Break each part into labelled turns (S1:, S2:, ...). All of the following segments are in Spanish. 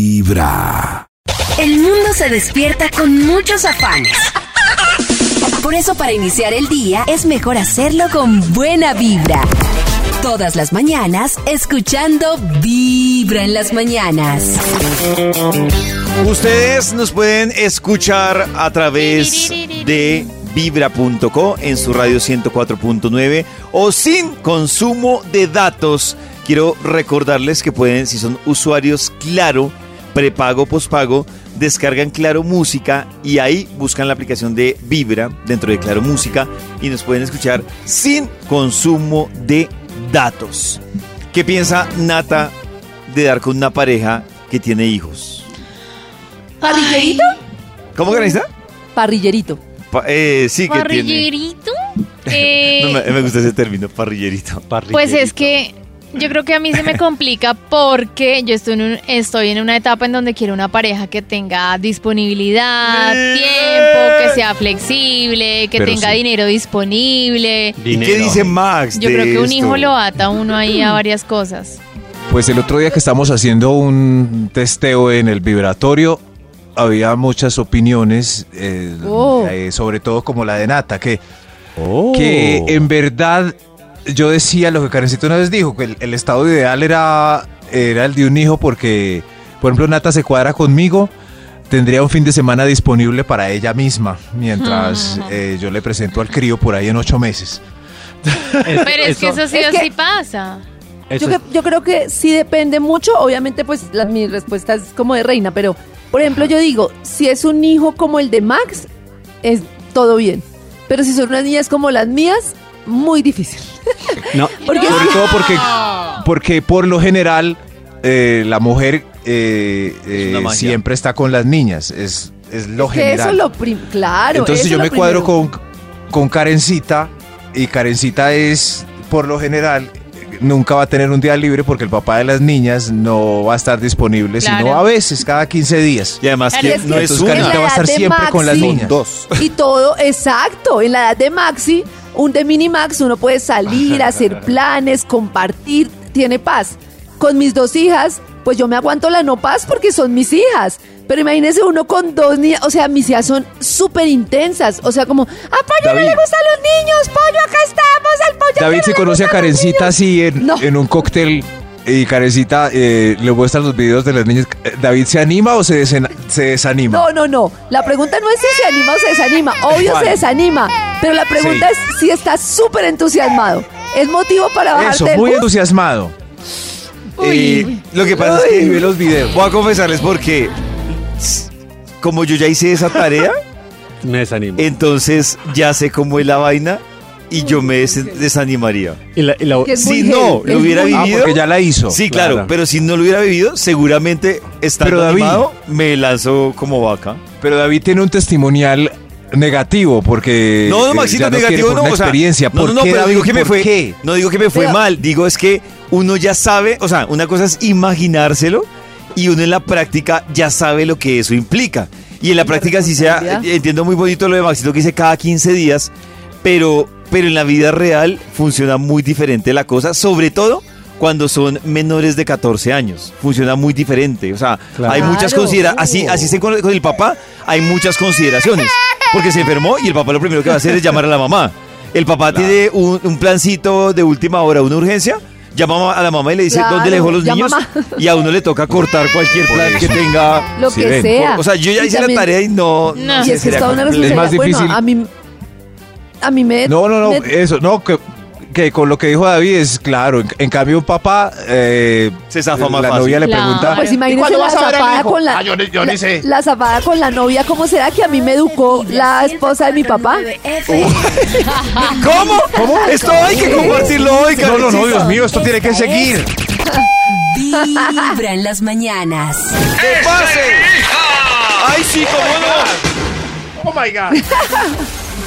S1: Vibra.
S2: El mundo se despierta con muchos afanes. Por eso para iniciar el día es mejor hacerlo con buena vibra. Todas las mañanas escuchando Vibra en las mañanas.
S3: Ustedes nos pueden escuchar a través de vibra.co en su radio 104.9 o sin consumo de datos. Quiero recordarles que pueden, si son usuarios Claro, prepago, pospago, descargan Claro Música y ahí buscan la aplicación de Vibra dentro de Claro Música y nos pueden escuchar sin consumo de datos. ¿Qué piensa Nata de dar con una pareja que tiene hijos?
S4: ¿Parrillerito?
S3: ¿Cómo granista?
S4: Parrillerito.
S3: Pa- eh, sí, que tiene.
S5: ¿Parrillerito? Eh,
S3: No, me, me gusta ese término, parrillerito.
S5: pues es que yo creo que a mí se me complica porque yo estoy en, un- estoy en una etapa en donde quiero una pareja que tenga disponibilidad,
S3: Bien.
S5: tiempo, que sea flexible, que
S6: Pero
S5: tenga
S6: sí.
S5: dinero disponible.
S3: ¿Y qué dice Max?
S5: Yo
S3: de
S5: creo que un
S3: esto?
S5: hijo lo ata uno ahí a varias cosas.
S6: Pues el otro día que estábamos haciendo un testeo en el vibratorio, había muchas opiniones, eh,
S4: Oh.
S6: eh, sobre todo como la de Nata, que, que en verdad yo decía lo que Karencito una vez dijo, que el, el estado ideal era, era el de un hijo porque, por ejemplo, Nata se cuadra conmigo, tendría un fin de semana disponible para ella misma, mientras eh, yo le presento al crío por ahí en ocho meses.
S5: Pero es que eso sí
S4: Es
S5: o
S4: que-
S5: sí pasa.
S4: Yo, que- yo creo que sí depende mucho. Obviamente, pues la- mi respuesta es como de reina, pero por ejemplo, yo digo, si es un hijo como el de Max, es todo bien. Pero si son unas niñas como las mías, muy difícil.
S7: No,
S4: Porque
S6: Sobre todo porque,
S4: "Ah".
S6: porque por lo general eh, la mujer eh, eh,
S3: una magia.
S6: siempre está con las niñas. Es, es lo
S4: que eso es
S6: general.
S4: lo prim- claro.
S6: Entonces
S4: eso
S6: yo
S4: es lo
S6: me cuadro
S4: primero.
S6: con, con Karencita y Karencita es, por lo general, eh, nunca va a tener un día libre porque el papá de las niñas no va a estar disponible, sino
S5: Claro.
S6: a veces, cada 15 días.
S3: Y además
S5: Claro,
S3: que
S5: es que
S3: no es
S6: Entonces
S4: una.
S3: una,
S4: En
S6: Karencita
S4: la
S6: va a estar
S4: edad de
S6: siempre con las
S4: Maxi.
S3: son
S6: niñas.
S3: dos.
S4: Y todo, exacto. En la edad de Maxi, un de mini Max, uno puede salir, hacer planes, compartir, tiene paz. Con mis dos hijas, pues yo me aguanto la no paz porque son mis hijas. Pero imagínese uno con dos niñas, o sea, mis hijas son súper intensas. O sea, como, a Pollo no
S6: David.
S4: le gustan los niños, Pollo, acá estamos, al Pollo.
S6: David
S4: que
S6: se
S4: no le
S6: conoce a
S4: gustan los
S6: Karencita
S4: niños".
S6: así en,
S4: No.
S6: en un cóctel y Karencita eh, le muestra los videos de las niñas. Eh, ¿David se anima o se, desen- se desanima?
S4: No, no, no. La pregunta no es si se anima o se desanima. Obvio
S6: Vale.
S4: se desanima. Pero la pregunta
S6: Sí.
S4: es si está súper entusiasmado. Es motivo para bajarte
S6: Eso,
S4: del
S6: muy
S4: bus?
S6: entusiasmado.
S3: Eh, lo que pasa es que
S6: Uy. Ve los videos.
S3: Voy a confesarles porque s- como yo ya hice esa tarea,
S7: me desanimo.
S6: Eh,
S3: entonces ya sé cómo es la vaina y yo me des- desanimaría.
S7: Y la- y la-
S4: Que es muy
S3: Si no
S4: heavy,
S3: lo
S4: es
S3: hubiera
S4: muy-
S6: Ah,
S3: vivido,
S6: porque ya la hizo.
S3: Sí, claro,
S7: Claro.
S3: pero si no lo hubiera vivido, seguramente estando
S6: Pero, David.
S3: animado me lanzó como vaca.
S6: Pero David tiene un testimonial negativo porque
S3: No,
S6: eh,
S3: no, Maxito,
S6: ya no
S3: negativo
S6: quiere por
S3: no.
S6: una
S3: o sea,
S6: experiencia.
S3: no,
S6: ¿Por
S3: no, no,
S6: qué,
S3: pero digo
S6: David?
S3: que me
S6: ¿Por
S3: fue,
S6: qué?
S3: no digo que me fue
S4: Pero-
S3: mal, digo es que uno ya sabe, o sea, una cosa es imaginárselo y uno en la práctica ya sabe lo que eso implica. Y en la práctica sí sea, eh,
S4: responsabilidad.
S3: entiendo muy bonito lo de Maxito que dice cada 15 días, pero, pero en la vida real funciona muy diferente la cosa, sobre todo cuando son menores de 14 años. Funciona muy diferente, o sea,
S7: Claro.
S3: hay muchas
S4: Claro.
S3: consideraciones, así, así se con, con el papá, hay muchas consideraciones. Porque se enfermó y el papá lo primero que va a hacer es llamar a la mamá. El papá tiene un, un plancito de última hora, una urgencia, llama a la mamá y le dice
S4: Claro,
S3: dónde le dejó los
S4: llama
S3: niños
S4: mamá.
S3: y a uno le toca cortar cualquier plan que tenga.
S4: Lo
S6: Sí,
S4: que
S6: ven.
S4: sea.
S3: O sea, yo ya
S4: Y
S3: hice
S4: también-
S3: la tarea y no...
S5: No.
S4: Y es que
S3: sería
S4: es toda una
S3: complejo.
S4: responsabilidad.
S6: más difícil.
S4: Bueno, a mí, a mí me.
S6: No, no, eh, no,
S4: me-
S6: eso, no, que, que con lo que dijo David es claro. En, en cambio, un papá, eh,
S3: Se zafa más
S6: la
S3: fácil.
S6: novia le
S5: Claro.
S6: pregunta,
S4: pues imagínese la zapada con la.
S1: Ah,
S4: la- la zapada con la novia. ¿Cómo será que a mí me educó la esposa de mi papá? Oh.
S3: ¿Cómo? ¿Cómo? Esto hay que compartirlo hoy,
S6: no, no, no,
S3: Karencita.
S6: Dios mío, esto tiene que seguir.
S2: Vibra en las mañanas.
S3: ¡Que pase! ¡Ay, sí, cómo no!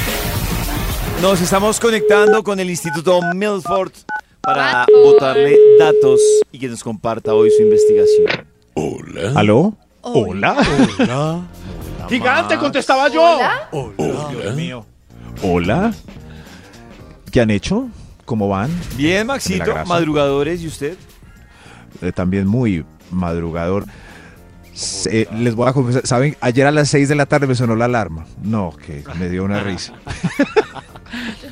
S3: Nos estamos conectando con el Instituto Milford para botarle datos y que nos comparta hoy su investigación.
S6: ¿Aló?
S7: Hola. Hola.
S1: Gigante, contestaba yo.
S6: Dios mío. ¿Hola? ¿Qué han hecho? ¿Cómo van?
S3: Bien,
S6: De
S3: Maxito,
S6: la grasa.
S3: madrugadores, ¿y usted?
S6: eh, también muy madrugador. Se- eh, les voy a confesar, ¿saben? Ayer a las 6 de la tarde me sonó la alarma. No, que me dio una risa.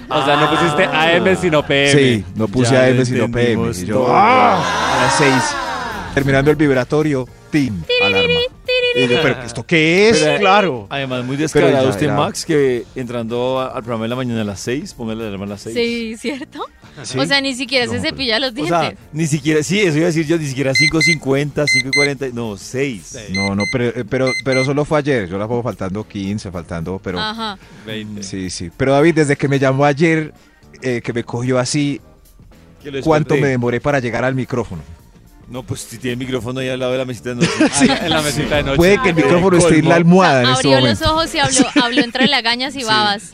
S7: O sea, no pusiste AM sino PM.
S6: Ah. Sí, no puse
S3: Ya
S6: AM sino PM.
S3: entendimos
S6: Y yo,
S3: todo.
S6: ¡ah! a las 6, terminando el vibratorio, ¡tim! Alarma. Y yo, ¿pero esto qué es?
S3: Pero, eh,
S6: claro.
S3: Además, muy descarado
S6: ya
S3: usted,
S6: era.
S3: Max, que entrando a- al programa de la mañana a las 6, póngale la alarma a las 6.
S5: Sí, ¿cierto? O sea, ni siquiera se cepilla los
S3: O
S5: dientes.
S3: sea, ni siquiera, sí, eso iba a decir yo, ni siquiera 5.50, 5.40, no, 6.
S6: No, no, pero, eh, pero, pero solo fue ayer. Yo la pongo faltando 15, faltando, pero.
S5: Ajá.
S6: Sí, sí. Pero David, desde que me llamó ayer, eh, que me cogió así,
S3: Que lo desperté.
S6: ¿cuánto me demoré para llegar al micrófono?
S3: No, pues si tiene el micrófono ahí al lado de la mesita, no.
S7: Sí. En la mesita de noche.
S6: Puede que el micrófono esté en la almohada en este
S5: Abrió los
S6: momento.
S5: ojos y habló, habló entre lagañas y babas.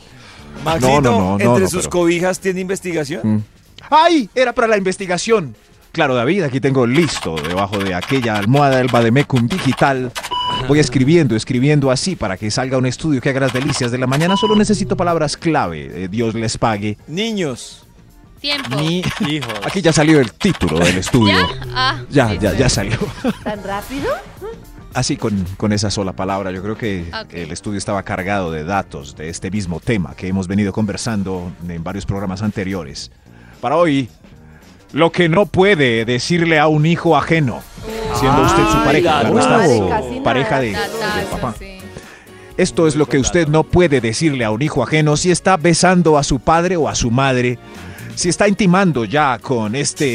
S6: No,
S3: Maxito,
S6: no, no, no,
S3: entre
S6: no,
S3: sus
S6: pero- Mm.
S3: cobijas tiene investigación.
S6: ¡Ay! Era para la investigación. Claro, David, aquí tengo listo debajo de aquella almohada el Bademecum digital. Voy escribiendo, escribiendo así para que salga un estudio que haga las delicias de la mañana. Solo necesito palabras clave. eh, Dios les pague.
S3: Niños,
S5: Tiempo.
S6: Ni-
S7: Hijo.
S6: Aquí ya salió el título del estudio.
S5: ¿Ya? Ah,
S6: Ya,
S5: sí,
S6: ya,
S5: sí.
S6: ya salió.
S4: ¿Tan rápido?
S6: Así Ah, con, con esa sola palabra, yo creo que
S5: Ok.
S6: el estudio estaba cargado de datos de este mismo tema que hemos venido conversando en varios programas anteriores. Para hoy, lo que no puede decirle a un hijo ajeno, siendo usted su pareja,
S3: Ay,
S6: claro está,
S4: datos.
S6: o
S4: Casi nada,
S6: pareja de,
S5: Ya, ya,
S6: de
S5: eso
S6: papá.
S5: sí.
S6: Esto es lo que usted no puede decirle a un hijo ajeno si está besando a su padre o a su madre, si está intimando ya con este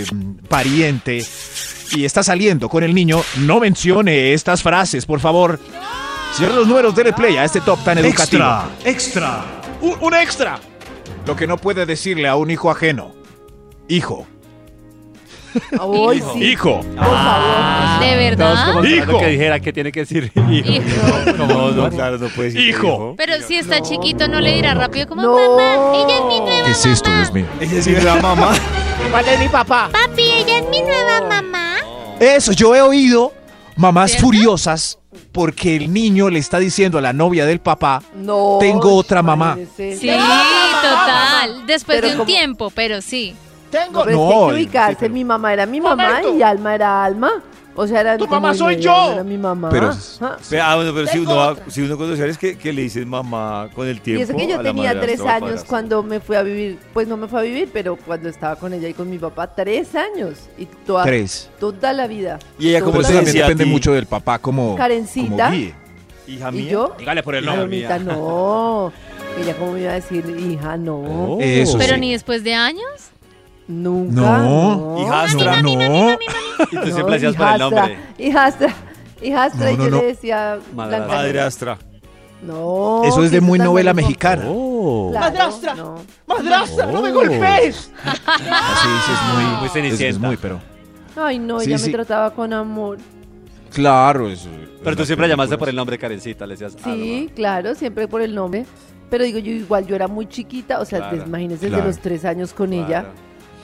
S6: eh, pariente y está saliendo con el niño, no mencione estas frases, por favor. Cierre los números, dele play a este top tan educativo.
S1: extra. Un, un extra.
S6: Lo que no puede decirle a un hijo ajeno. Hijo.
S4: Hoy sí,
S6: Hijo.
S4: por favor.
S5: Ah. ¿De
S7: Todos
S5: verdad?
S7: como esperando
S1: Hijo.
S7: que dijera que tiene que decir hijo.
S5: Hijo.
S3: no, no, claro, no puede decir.
S1: Hijo.
S5: Pero si está chiquito, no le dirá rápido como
S4: No.
S5: mamá. Ella es mi nueva
S6: ¿Qué es esto,
S5: mamá.
S6: Dios mío?
S3: Ella sí la mamá.
S4: ¿Cuál es mi papá?
S5: Papi, ella es mi nueva mamá.
S6: Eso, yo he oído mamás
S5: ¿Cierto?
S6: furiosas porque el niño le está diciendo a la novia del papá
S4: No.
S6: Tengo otra mamá.
S4: imagínese.
S5: Sí, total. Después
S4: Pero
S5: de un
S4: como-
S5: tiempo, pero sí.
S1: Tengo.
S4: Pero Pues, es
S6: No,
S4: que hay
S6: sí,
S4: que ubicarse. Mi mamá era mi mamá
S1: Roberto.
S4: y Alma era Alma. O sea, era
S1: Tu
S4: como
S1: mamá soy
S4: mi-
S1: yo.
S4: Era mi mamá.
S6: Pero-
S4: Ah.
S3: Ah, bueno, pero si
S4: Tengo
S3: uno, va-
S4: otra.
S3: si uno conoce a es que, que le dicen mamá con el
S4: Y
S3: tiempo.
S4: eso que
S3: a
S4: yo
S3: la
S4: tenía
S3: madrastra
S4: tres
S3: o al
S4: años
S3: padrastro.
S4: cuando me fui a vivir, pues no me fui a vivir, pero cuando estaba con ella y con mi papá, tres años. Y toda,
S6: Tres.
S4: toda la vida.
S3: Y ella como
S6: Pero
S4: Toda
S6: eso
S3: te
S4: la
S6: también
S3: decía a
S6: depende
S3: ti,
S6: mucho del papá como,
S4: Karencita.
S6: como guíe.
S4: vida.
S3: Hija mía.
S4: Y yo,
S7: Dígale por el
S4: la mamita, no. Ella como me iba a decir, hija, no.
S6: Oh.
S7: Oh.
S6: Eso
S5: Pero
S6: sí.
S5: ni después de años.
S4: Nunca.
S6: No,
S3: Hijastra.
S6: No,
S3: Y tú siempre hacías para el nombre.
S4: Hijastra. Hijastra.
S6: No,
S4: y
S6: no,
S4: yo
S6: no.
S4: le decía.
S7: Madrastra.
S4: Blanca-
S3: Madrastra.
S4: No.
S6: Eso es
S4: que
S5: Oh,
S6: de muy
S4: tan
S6: novela
S4: maluco.
S6: mexicana.
S7: Oh.
S4: Claro,
S1: Madrastra.
S4: no.
S1: Madrastra, no me
S6: Oh.
S1: golpees.
S6: Así Ah, sí, es muy,
S7: Muy
S6: es- Es,
S7: Cenicienta.
S6: muy, pero.
S4: Ay, no,
S6: Sí,
S4: ella
S6: sí.
S4: me trataba con amor.
S6: Claro, es-
S7: Pero tú
S6: las
S7: siempre llamaste
S6: películas.
S7: por el nombre Karencita, le decías. "Ah".
S4: Sí, claro, siempre por el nombre. Pero digo, yo igual, yo era muy chiquita, o sea,
S7: Claro.
S4: des- imagínense
S6: Claro.
S4: de los tres años con ella,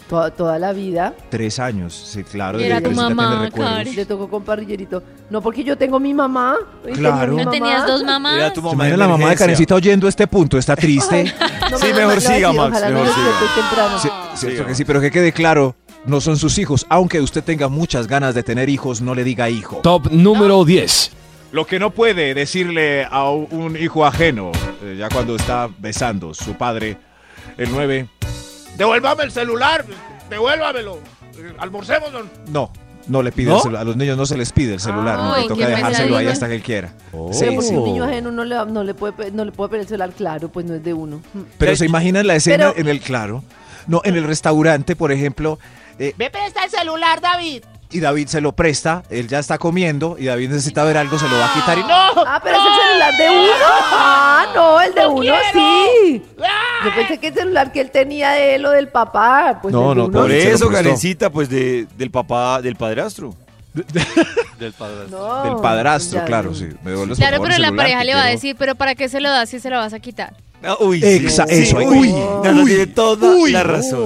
S4: toda, toda la vida.
S6: Tres años, sí, claro.
S5: Y era
S6: de
S5: tu
S6: Karencita
S5: mamá,
S6: tiene recuerdos.
S5: Karen.
S4: Le tocó con parrillerito. No, porque yo tengo mi mamá. y tenía
S6: Claro.
S4: mi
S5: No
S4: mamá.
S5: tenías dos mamás.
S3: Era
S6: ¿Se
S3: tu mamá.
S6: imagina
S3: de
S6: la mamá de
S3: emergencia.
S6: Karencita oyendo este punto, está triste.
S4: No,
S3: Sí,
S4: mamá,
S3: mejor
S4: no,
S3: siga,
S4: sí,
S3: Max,
S4: ojalá
S3: mejor
S4: no
S3: siga.
S4: despierte temprano.
S6: Sí, cierto que sí, pero que quede claro, no son sus hijos. Aunque usted tenga muchas ganas de tener hijos, no le diga hijo.
S8: Top número 10.
S6: Lo que no puede decirle a un hijo ajeno, eh, ya cuando está besando su padre, el 9,
S1: Devuélvame el celular. Devuélvamelo. Eh, Almorcemos. don-
S6: no, no le pide
S3: ¿No?
S6: el celu- a los niños no se les pide el celular, no,
S5: Ay,
S6: le
S5: qué
S6: toca dejárselo ahí
S5: pesadilla.
S6: hasta que él quiera. Sí,
S4: Pero porque
S6: sí.
S4: un niño ajeno no le, no, le puede, pe- no le puede pedir el celular, claro, pues no es de uno.
S6: Pero se imaginan la escena
S4: Pero-
S6: en el claro, no, en el restaurante, por ejemplo, eh,
S1: Me presta el celular, David.
S6: y David se lo presta, él ya está comiendo y David necesita ver algo, se lo va a quitar y no.
S1: No.
S4: Ah, pero es el celular de uno. Ah, no, el de uno sí.
S5: Ah.
S4: Yo pensé que el celular que él tenía de él o del papá, pues
S6: No,
S4: el de
S6: no,
S4: uno
S3: Por
S6: Se lo
S3: eso,
S6: prestó.
S3: Karencita, pues de, del papá, del padrastro.
S7: Del padrastro.
S4: No,
S6: Del padrastro,
S4: ya
S6: claro,
S4: no.
S6: sí. Me devuelves, por
S5: Claro,
S6: favor,
S5: pero
S6: el
S5: la
S6: celular,
S5: pareja
S6: que
S5: le va a
S6: quiero-
S5: decir, pero ¿para qué se lo das si se lo vas a quitar?
S3: Ah, Uy,
S6: Exa- eso,
S3: uy,
S6: uy. Oh.
S3: no, no, tiene toda la razón.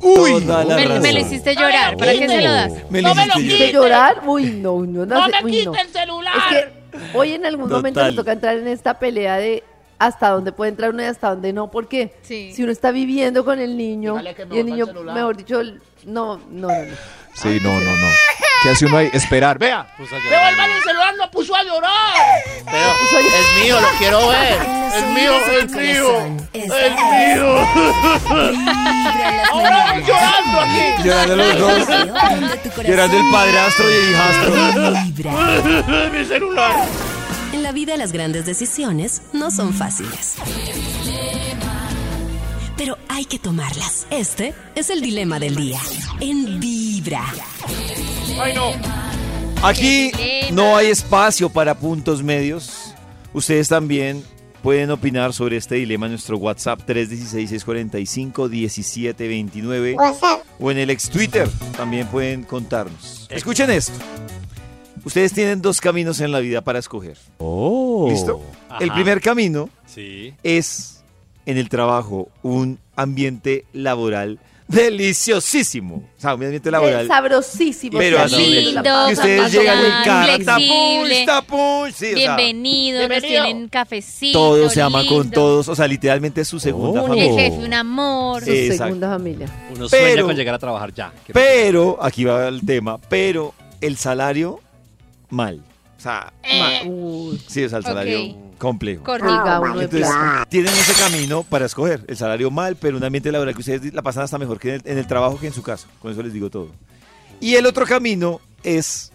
S1: Uy.
S3: toda la
S5: Me,
S3: razón.
S5: me lo hiciste llorar, ¿para qué se lo das?
S3: Me
S1: No
S3: lo
S1: me lo
S3: hiciste
S4: ¿De
S1: quite.
S3: llorar.
S4: llorar? Uy, no, no, no,
S1: ¡No
S4: hace-
S1: me
S4: uy,
S1: quite
S4: no.
S1: el celular!
S4: Es que hoy en algún momento
S3: Total.
S4: nos toca entrar en esta pelea de hasta dónde puede entrar uno y hasta dónde no, porque
S5: Sí.
S4: si uno está viviendo con el niño
S1: Dígale que me
S4: y el
S1: vuelva el
S4: niño,
S1: celular.
S4: mejor dicho, el- no, no, no, no.
S6: Sí, no, no, no. ¿Qué hace uno ahí? Esperar.
S1: Vea,
S7: Puso a llorar.
S1: devuelvan el celular, lo puso a llorar. Vea,
S4: Soy-
S1: es mío, lo quiero ver.
S2: En los
S1: Es mío,
S2: oídos de
S1: es
S2: tu
S1: mío.
S2: corazón
S1: Es
S2: está-
S1: mío.
S2: Vibra en las
S1: Ahora voy
S2: mañanas.
S1: llorando aquí.
S6: Llorando los
S2: El
S6: dos.
S2: video donde tu corazón
S3: Llorando el padrastro y el hijastro.
S2: vibra.
S1: Mi celular.
S9: En la vida las grandes decisiones no son fáciles. Pero hay que tomarlas. Este es el dilema del día. En Vibra.
S1: Ay, no.
S3: Aquí no hay espacio para puntos medios. Ustedes también pueden opinar sobre este dilema en nuestro WhatsApp 316-645-1729 o en el ex Twitter. También pueden contarnos.
S6: Eh.
S3: Escuchen esto. Ustedes tienen dos caminos en la vida para escoger.
S6: Oh.
S3: ¿Listo? El
S7: Ajá.
S3: primer camino
S7: Sí.
S3: es en el trabajo un ambiente laboral deliciosísimo. O sea, un ambiente laboral
S4: sabrosísimo.
S3: Pero
S4: sí,
S3: así,
S4: sí,
S5: lindo,
S4: la
S3: que ustedes
S5: papá,
S3: llegan muy
S5: tan
S3: cara, tapush,
S5: flexible.
S3: tapush, sí, o sea,
S5: Bienvenido, nos
S1: Bienvenido.
S5: tienen cafecito.
S3: todos se aman
S5: lindo.
S3: con todos, o sea, literalmente es su segunda
S6: Oh.
S5: El
S3: familia.
S5: jefe, un amor.
S4: Su
S3: Eh, Exacto.
S4: segunda familia.
S7: Uno sueña
S3: Pero-
S7: con llegar a trabajar ya. Que-
S3: Pero, aquí va el tema, pero el salario, mal. O sea,
S5: Eh,
S4: Uy,
S3: sí, o sea, el salario complejo.
S5: cortico.
S4: diga uno de
S3: Entonces,
S4: plata.
S3: tienen ese camino para escoger el salario mal, pero un ambiente laboral que ustedes la pasan hasta mejor que en el, en el trabajo que en su casa. Con eso les digo todo. Y el otro camino es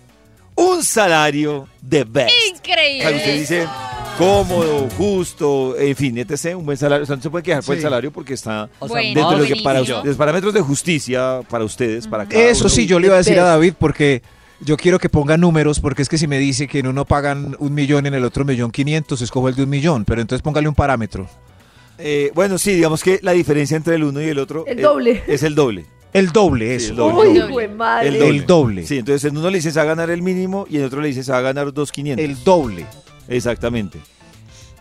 S3: un salario de best.
S5: Increíble.
S3: Ah. Claro, usted dice cómodo, justo, en fin, etc. Un buen salario. O sea, no se puede quejar por el salario porque está
S7: O sea,
S5: Bueno,
S3: dentro de, lo que
S5: buenísimo.
S3: para, de los parámetros de justicia para ustedes, para cada
S6: Mm. Eso
S3: uno.
S6: sí, yo le iba a decir a
S4: Pez.
S6: David porque yo quiero que ponga números, porque es que si me dice que en uno pagan un millón, en el otro un millón quinientos, escojo el de un millón, pero entonces póngale un parámetro.
S3: Eh, bueno, sí, digamos que la diferencia entre el uno y el otro
S4: El
S3: es-
S4: doble.
S3: Es, el doble.
S6: El doble,
S3: Sí,
S6: eso.
S3: el doble.
S4: Uy,
S5: doble.
S4: güey, madre.
S3: El doble.
S6: El doble.
S3: Sí, entonces en uno le dices a ganar el mínimo y en otro le dices a ganar 2.500.
S6: El doble.
S3: Exactamente.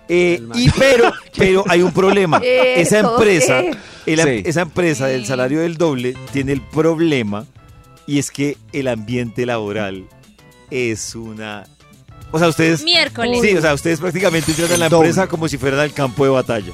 S3: Eh, y pero, pero hay un problema.
S4: ¿Qué?
S3: Esa
S4: ¿Todo
S3: empresa,
S4: qué?
S3: el-
S6: Sí.
S3: esa empresa del salario del doble tiene el problema y es que el ambiente laboral es una, o sea, ustedes,
S5: Miércoles.
S3: sí, o sea, ustedes prácticamente entran a
S6: El
S3: la
S6: doble.
S3: empresa como si fueran al campo de batalla.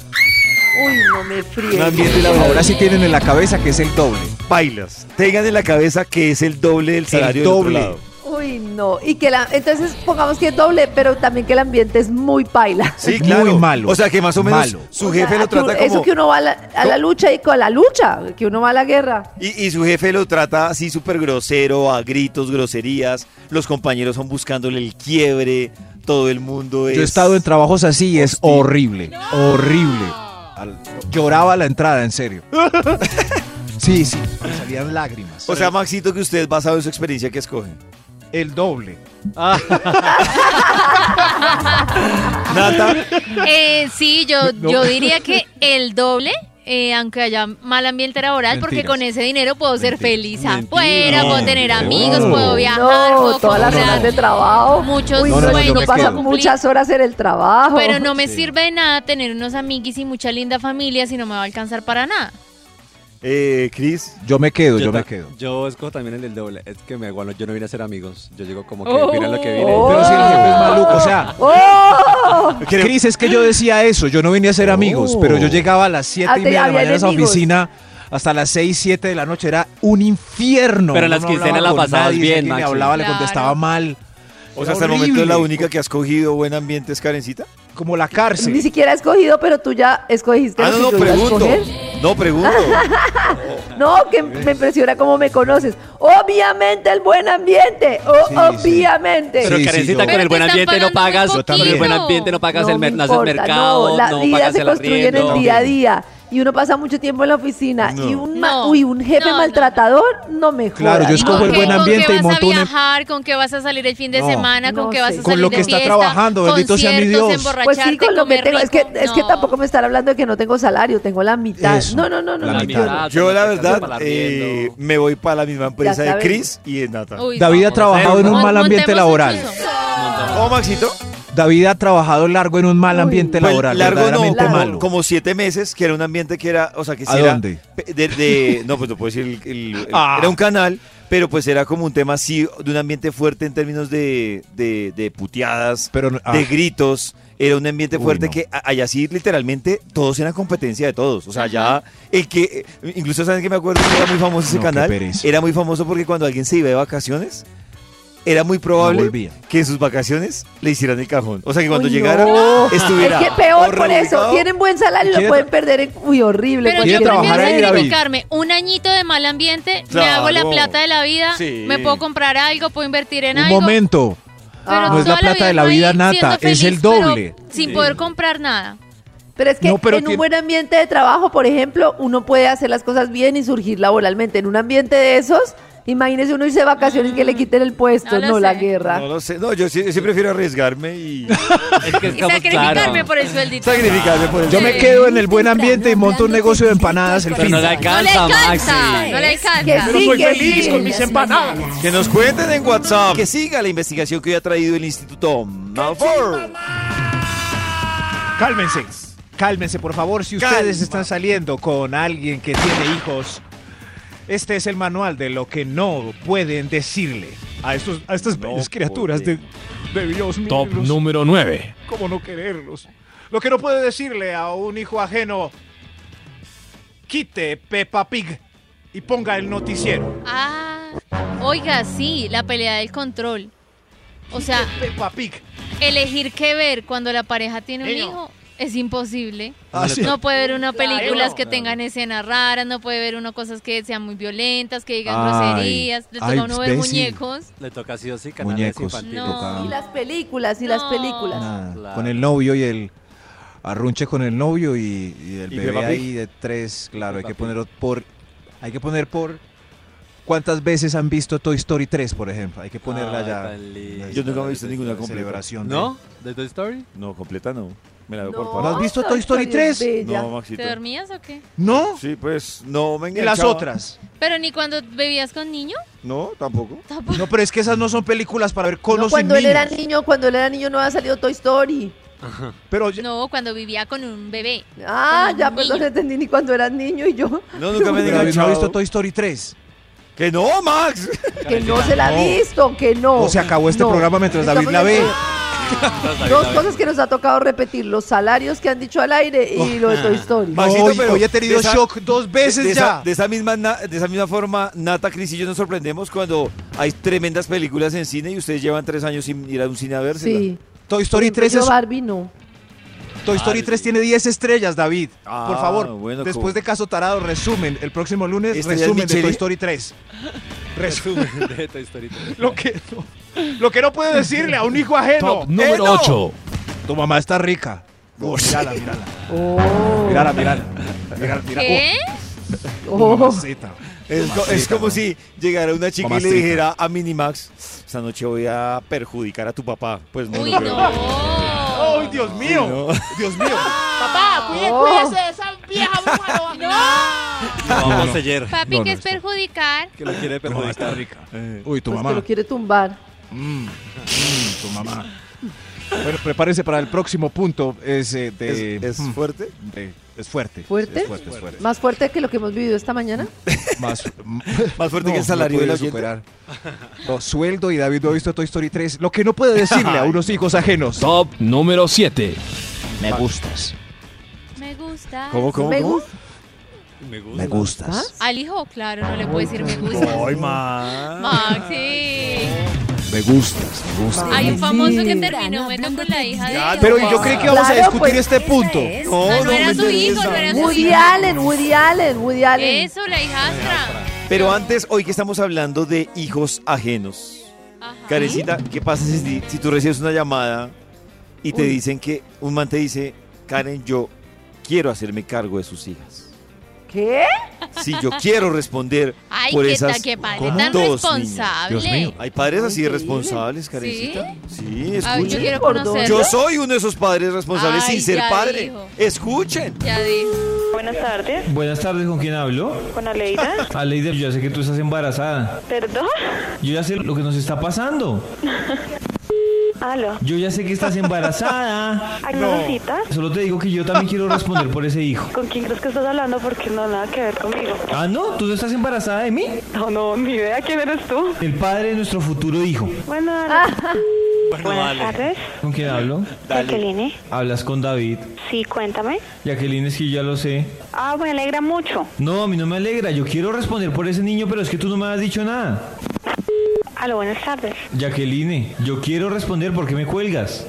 S4: Uy, no me
S3: Un
S4: fríe.
S3: ambiente laboral.
S6: Ahora sí tienen en la cabeza que es el doble.
S3: bailas. Tengan en la cabeza que es el doble del salario del otro
S6: doble.
S3: lado.
S4: Uy, no. Y que la, entonces pongamos que es doble, pero también que el ambiente es muy paila.
S3: Sí,
S6: Muy
S3: claro.
S6: malo.
S3: O sea, que más o menos
S6: Malo.
S3: su
S4: O
S3: jefe
S4: sea,
S3: lo
S4: que uno-
S3: trata
S4: Eso
S3: como
S4: que uno va a la, a la lucha y con la lucha, que uno va a la guerra.
S3: Y, y su jefe lo trata así súper grosero, a gritos, groserías. Los compañeros son buscándole el quiebre. Todo el mundo es.
S6: Yo he estado en trabajos así y es horrible. Horrible. Al- Lloraba a la entrada, en serio. Sí, sí. me Salían lágrimas.
S3: O sea, Maxito, que usted basado en su experiencia que escoge.
S6: el doble.
S3: Nata,
S5: Eh, sí, yo,
S6: No.
S5: yo diría que el doble. eh, aunque haya mal ambiente laboral, porque
S6: Mentiras.
S5: con ese dinero puedo ser feliz afuera,
S7: Mentiras.
S5: puedo tener
S7: No.
S5: amigos, puedo viajar,
S4: No,
S5: puedo
S4: todas las
S5: comprar.
S4: horas de trabajo.
S5: muchos
S4: Uy,
S6: No, no, no,
S4: no,
S6: yo
S4: uno
S6: me
S4: pasa
S6: quedo.
S4: muchas horas en el trabajo.
S5: Pero no me sirve de nada tener unos amiguis y mucha linda familia si no me va a alcanzar para nada.
S3: eh, Cris.
S6: Yo me quedo, yo, me
S7: ta-
S6: quedo.
S7: Yo escojo también el del doble. Es que me igual, yo no vine a ser amigos. Yo llego como que,
S5: Oh.
S7: mira lo que vine.
S4: Oh.
S6: Pero si el jefe es maluco, o sea,
S4: ¡Oh!
S3: creo- Oh.
S6: Cris, es que yo decía eso, yo no venía a ser amigos, pero yo llegaba a las 7
S4: Ah,
S6: y
S4: te-
S6: media de la
S4: había
S6: mañana a esa
S4: enemigos.
S6: oficina, hasta las 6, 7 de la noche, era un infierno.
S7: Pero
S6: Uno
S7: las
S6: no
S7: quincenas la
S6: hablaba con
S7: pasabas
S6: nadie, si
S7: bien,
S6: alguien le
S7: Maxi.
S6: hablaba, le
S5: Claro.
S6: contestaba mal.
S3: O
S6: Era
S3: sea, hasta el momento es la
S6: horrible.
S3: única que ha escogido buen ambiente es Karencita.
S6: Como la
S4: Ni
S6: cárcel.
S4: siquiera he escogido, pero tú ya escogiste
S3: Ah,
S4: lo
S3: no,
S4: que yo
S3: no,
S4: iba a
S3: pregunto.
S4: escoger.
S3: No, pregunto.
S4: No, que me impresiona cómo me conoces. Obviamente el buen ambiente. O-
S6: Sí, sí.
S4: obviamente.
S7: Pero
S6: Sí,
S7: Karencita,
S6: sí, yo-
S7: con el
S5: Pero
S7: buen
S5: te están
S7: ambiente no
S5: pagando muy
S7: pagas. Con
S5: poquito.
S7: el buen ambiente no pagas el
S4: me
S7: mer- no haces
S4: importa,
S7: mercado,
S4: no,
S7: no,
S4: la vida
S7: pagas
S4: se
S7: el
S4: construye en
S7: arriendo.
S4: el día a día. y uno pasa mucho tiempo en la oficina
S3: No.
S4: y un, ma-
S5: No,
S4: uy, un jefe
S5: no, no,
S4: maltratador no, me joda.
S6: Claro, yo
S5: ¿Y
S6: escojo
S5: con
S6: el
S5: qué-
S6: buen ambiente
S5: ¿Con
S6: y
S5: qué vas
S6: monto
S5: a
S6: un em-
S5: viajar? ¿Con qué vas a salir el fin de
S6: No.
S5: semana? ¿Con
S4: No
S5: qué vas
S4: sé.
S5: a
S4: Con
S5: salir
S6: lo que
S5: de
S6: está
S5: fiesta?
S6: trabajando, bendito sea mi
S5: conciertos,
S6: Dios.
S4: Pues sí,
S5: emborracharte,
S4: con lo que
S5: comer
S4: tengo, es que,
S5: rico.
S4: es que
S5: No.
S4: tampoco me estar hablando de que no tengo salario, tengo la mitad.
S6: Eso,
S4: no, no, no, no.
S6: la
S4: no,
S6: mitad.
S4: no.
S3: Yo la verdad
S7: Para
S3: eh, me voy para la misma empresa de
S4: sabes.
S3: Chris y de Nata.
S5: Uy,
S6: David ha
S7: Vamos a
S6: trabajado
S7: hacer
S6: en un
S7: una.
S6: mal
S5: Mon-
S6: ambiente
S5: montemos
S6: laboral.
S5: un chuzo.
S3: ¿Cómo, Maxito?
S6: David ha trabajado largo en un mal
S4: Uy.
S6: ambiente
S3: Pues,
S6: laboral,
S3: largo no,
S6: verdaderamente
S3: como,
S6: malo.
S3: como siete meses, que era un ambiente que era, o sea, que sí
S6: ¿A
S3: era
S6: dónde?
S3: pe- De, de- no, pues no puedo decir, el- el- el-
S6: Ah.
S3: era un canal, pero pues era como un tema así, de un ambiente fuerte en términos de, de, de puteadas,
S6: Pero no- ah.
S3: de gritos, era un ambiente
S6: Uy,
S3: fuerte
S6: no.
S3: que a- allá sí literalmente todos eran competencia de todos, o sea, ya el que, eh, incluso saben que me acuerdo que era muy famoso ese
S6: No, qué
S3: canal,
S6: pereza.
S3: era muy famoso porque cuando alguien se iba de vacaciones, era muy probable
S6: volvía.
S3: que en sus vacaciones le hicieran el cajón. O sea, que cuando
S4: Uy,
S3: llegara
S4: no. Es
S3: estuviera
S4: que peor por eso.
S3: reubicado.
S4: Tienen buen salario y
S6: Quiere
S4: lo pueden perder en. Uy, horrible.
S5: Pero
S6: Quiere
S5: yo
S4: cualquier
S6: trabajar
S5: prefiero
S4: cosa.
S6: ahí, David.
S5: sacrificarme un añito de mal ambiente, me hago la
S3: Claro.
S5: plata de la vida,
S3: Sí.
S5: me puedo comprar algo, puedo invertir en
S6: Un
S5: algo.
S6: momento.
S5: pero
S6: No es la
S5: toda
S6: plata de la
S5: ahí
S6: vida,
S5: siendo
S6: Nata, es el
S5: pero
S6: doble.
S5: sin poder comprar nada.
S4: Pero es que
S6: No, pero
S4: en un
S6: tiene-
S4: buen ambiente de trabajo, por ejemplo, uno puede hacer las cosas bien y surgir laboralmente. En un ambiente de esos, imagínese uno irse de vacaciones y que le quiten el puesto.
S5: no lo
S4: No, la
S5: sé.
S4: guerra.
S3: No lo sé. No, yo sí, yo sí prefiero arriesgarme y
S7: Es que
S5: Y
S7: estamos-
S5: sacrificarme
S7: claro.
S5: por el sueldito.
S3: sacrificarme por el
S6: Yo me
S5: Sí.
S6: quedo en el buen ambiente y monto un negocio de empanadas el
S7: Pero
S6: fin.
S7: no le
S5: No le
S7: alcanza,
S5: alcanza,
S7: Maxi.
S5: no le alcanza.
S4: Que
S1: Pero soy
S4: Sí, que
S1: feliz
S4: sí.
S1: con mis empanadas.
S3: Que nos cuenten en WhatsApp. Que siga la investigación que hoy ha traído el Instituto Malfour.
S6: Cálmense. Cálmense, por favor, si ustedes
S3: Calma.
S6: están saliendo con alguien que tiene hijos. Este es el manual de lo que no pueden decirle a, estos, a estas
S3: No
S6: bellas criaturas de,
S3: pueden.
S6: de Dios mío.
S8: Top número 9.
S6: ¿Cómo no quererlos? Lo que no puede decirle a un hijo ajeno, quite Peppa Pig y ponga el noticiero.
S5: Ah, oiga, sí, la pelea del control. O sea,
S6: Peppa Pig.
S5: elegir qué ver cuando la pareja tiene un
S6: Niño.
S5: hijo es imposible.
S6: Ah, sí.
S5: No puede ver uno películas que tengan escenas raras, no puede ver uno cosas que sean muy violentas, que digan
S6: Ay,
S5: groserías, le toca
S6: ay,
S5: a uno ver
S6: imbécil.
S5: muñecos.
S7: Le toca sí o sí canales
S6: Muñecos.
S7: infantiles.
S5: No.
S6: toca-
S4: Y las películas, y las
S5: No.
S4: películas.
S6: Nada,
S7: Claro.
S6: Con el novio y el arrunche con el novio y, y el
S3: Y
S6: bebé
S3: Peppa Pig.
S6: ahí de tres. Claro, hay
S7: Peppa
S6: que
S7: Pig.
S6: poner por. Hay que poner por. ¿Cuántas veces han visto Toy Story 3, por ejemplo? Hay que ponerla
S7: Ay,
S6: ya.
S7: tan lindo.
S3: Yo nunca he visto ninguna
S6: La
S3: completa.
S6: celebración. de-
S7: ¿No?
S3: eh.
S7: ¿De Toy Story?
S3: No, completa no. Me la veo por
S6: ¿No has
S3: partes.
S6: visto Toy Story
S4: es
S6: 3?
S4: bella.
S3: No, Maxito.
S5: ¿Te dormías o qué?
S6: ¿No?
S3: Sí, pues no me
S6: Ni las
S3: enganchaba.
S6: otras.
S5: Pero ni cuando bebías con niño,
S3: No, tampoco.
S5: tampoco.
S6: No, pero es que esas no son películas para ver con
S4: No,
S6: o sin
S4: cuando él era
S6: niños.
S4: niño, cuando él era niño no había salido Toy Story.
S6: Pero ya-
S5: No, cuando vivía con un bebé.
S4: Ah,
S5: Con
S4: ya
S5: un
S4: pues
S5: niño.
S4: no entendí ni cuando eras niño y yo.
S3: No, nunca me he
S6: pero no ha
S3: enganchado.
S6: visto Toy Story 3.
S3: Que no, Max.
S4: Que no se la ha
S6: no.
S4: visto, que no.
S6: O se acabó este
S4: No.
S6: programa mientras David
S4: Estamos
S6: la ve.
S4: entre Dos cosas que nos ha tocado repetir, los salarios que han dicho al aire
S6: Oh.
S4: y lo de
S6: Ah.
S4: Toy Story.
S3: Ma- Maxito,
S6: Hoy-
S3: pero
S6: hoy he tenido
S3: de esa-
S6: shock dos veces
S3: de
S6: Pues ya.
S3: Esa, de, esa misma, na- de esa misma forma, Nata, Cris y yo nos sorprendemos cuando hay tremendas películas en cine y ustedes llevan tres años sin ir a un cine a verse.
S4: Sí.
S6: Toy
S4: Por
S6: Story
S4: ejemplo,
S6: 3
S4: yo
S6: es
S4: Barbie no.
S6: Toy Story 3 tiene 10 estrellas, David.
S3: Ah,
S6: Por favor,
S3: bueno,
S6: después
S3: como-
S6: de Caso Tarado, resumen. El próximo lunes,
S3: ¿Este ya es
S6: resumen de
S3: Michelin?
S6: Toy Story 3. Resumen.
S7: De Toy Story 3.
S6: lo, que no, lo que no puede decirle a un hijo ajeno.
S8: Top número 8.
S6: Tu mamá está rica. mírala, mírala.
S4: Oh.
S6: Mírala, mírala. Mírala, mírala.
S5: ¿Qué?
S6: Oh,
S4: Oh.
S6: mamacita.
S3: Es, co- es como si llegara una chica y
S6: Mamacita.
S3: le dijera a Minimax, esta noche voy a perjudicar a tu papá. Pues no,
S5: Uy,
S3: no creo.
S5: no.
S6: ¡Ay, Dios mío! Dios mío.
S1: Papá, cuí-
S4: Oh.
S1: cuídese de esa vieja bruja.
S7: Vamos ayer.
S5: Papi,
S6: No, no,
S5: que es
S6: esto-
S5: perjudicar.
S7: Que lo quiere
S6: Tu mamá está
S7: perjudicar.
S6: rica.
S3: Eh.
S6: Uy, tu
S4: Pues que
S6: mamá.
S4: lo quiere tumbar.
S6: Mm, tu mamá. Bueno, prepárense para el próximo punto. Es, eh, de-
S3: ¿Es, es
S6: Mm,
S3: fuerte?
S6: de- es fuerte.
S4: ¿Fuerte?
S6: Es fuerte, es fuerte.
S4: Más fuerte que lo que hemos vivido esta mañana.
S6: más,
S3: Más fuerte que el salario
S6: no
S3: del
S6: puede
S3: oyente.
S6: superar. No, sueldo y David no ha visto Toy Story 3. Lo que no puede decirle a unos hijos ajenos.
S8: Top número 7.
S6: Me gustas.
S5: Me gusta.
S3: ¿Cómo, cómo,
S4: Me
S3: cómo?
S4: gusta.
S7: Me gusta.
S6: Me gustas.
S5: Al hijo, claro, no le puedo decir me gusta.
S3: Ay, ma.
S5: Maxi.
S6: Me gustas, me gustas.
S5: Hay un
S4: Sí.
S5: famoso que terminó bueno con la hija de
S3: Ya,
S5: ella.
S6: Pero y yo creí que íbamos a
S4: Claro,
S6: discutir
S4: pues,
S6: este punto.
S2: Ah, No,
S5: No, no era
S3: me
S5: su hijo,
S3: interesa.
S5: no era su
S4: Woody
S5: hijo.
S4: Allen, Woody Allen, Woody Allen.
S5: Eso, la hijastra.
S3: Pero antes, hoy que estamos hablando de hijos ajenos.
S5: Ajá.
S3: Carecita, ¿qué pasa si, si- si tú recibes una llamada y te dicen que un man te dice, Karen, yo quiero hacerme cargo de sus hijas.
S4: ¿Qué?
S3: Sí, yo quiero responder
S5: Ay,
S3: por
S5: qué, ta-
S3: esas
S5: qué padre
S3: dos
S5: tan
S3: niñas.
S5: responsable.
S8: Dios mío.
S3: Hay padres así de responsables, Karencita. Sí,
S5: Ay, yo
S3: escuchen.
S5: quiero
S4: Por dos.
S5: conocerlo.
S3: Yo soy uno de esos padres responsables
S5: Ay,
S3: sin ser
S5: ya
S3: padre.
S5: dijo.
S3: Escuchen.
S5: Ya dijo.
S10: Buenas tardes,
S11: Buenas tardes, ¿con quién hablo?
S10: con Aleida.
S11: Aleida, yo ya sé que tú estás embarazada.
S10: ¿Perdón?
S11: Yo ya sé lo que nos está pasando.
S10: Aló,
S11: Yo ya sé que estás embarazada.
S10: ¿hay una cita?
S11: Solo te digo que yo también quiero responder por ese hijo.
S10: ¿Con quién crees que estás hablando? Porque no, nada que ver conmigo.
S11: Ah, no, tú no estás embarazada de mí.
S10: No, no, ni idea quién eres tú.
S11: El padre de nuestro futuro hijo.
S10: Bueno, dale. Buenas tardes,
S11: ¿Con quién hablo?
S10: Jacqueline.
S11: Hablas con David.
S10: Sí, cuéntame.
S11: Jacqueline, es que yo ya lo sé.
S10: Ah, me alegra mucho.
S11: No, a mí no me alegra. Yo quiero responder por ese niño, pero es que tú no me has dicho nada.
S10: Aló, buenas tardes.
S11: Jacqueline, yo quiero responder. ¿Por qué me cuelgas?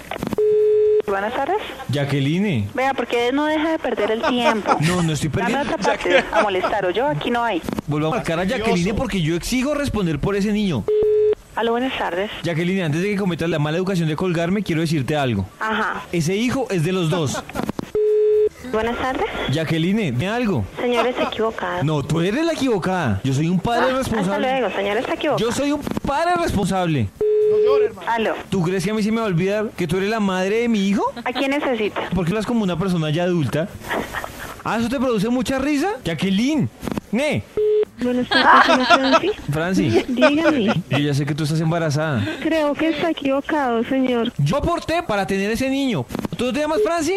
S10: Buenas tardes.
S11: Jacqueline.
S10: Vea, porque no deja de perder el tiempo.
S11: No, no estoy
S10: Dame
S11: perdiendo.
S10: otra parte a molestar, o yo aquí no hay.
S11: Vuelvo a marcar a Jacqueline porque yo exijo responder por ese niño.
S10: Aló, buenas tardes.
S11: Jacqueline, antes de que cometas la mala educación de colgarme, quiero decirte algo.
S10: Ajá.
S11: Ese hijo es de los dos.
S10: Buenas tardes.
S11: Jacqueline, dime algo.
S10: Señores equivocados.
S11: No, tú eres la equivocada. Yo soy un
S10: Ah,
S11: padre responsable.
S10: señores equivocados.
S11: Yo soy un padre responsable.
S10: Aló,
S11: ¿Tú crees que a mí se me va a olvidar que tú eres la madre de mi hijo?
S10: ¿a quién necesita?
S11: ¿Por qué hablas como una persona ya adulta? ¿Ah, eso te produce mucha risa? Jacqueline. Ne.
S10: Buenas tardes, Francis.
S11: Franci,
S10: Dígame.
S11: yo ya sé que tú estás embarazada.
S10: Creo que está equivocado, señor.
S11: Yo aporté para tener ese niño. ¿Tú no te llamas Franci?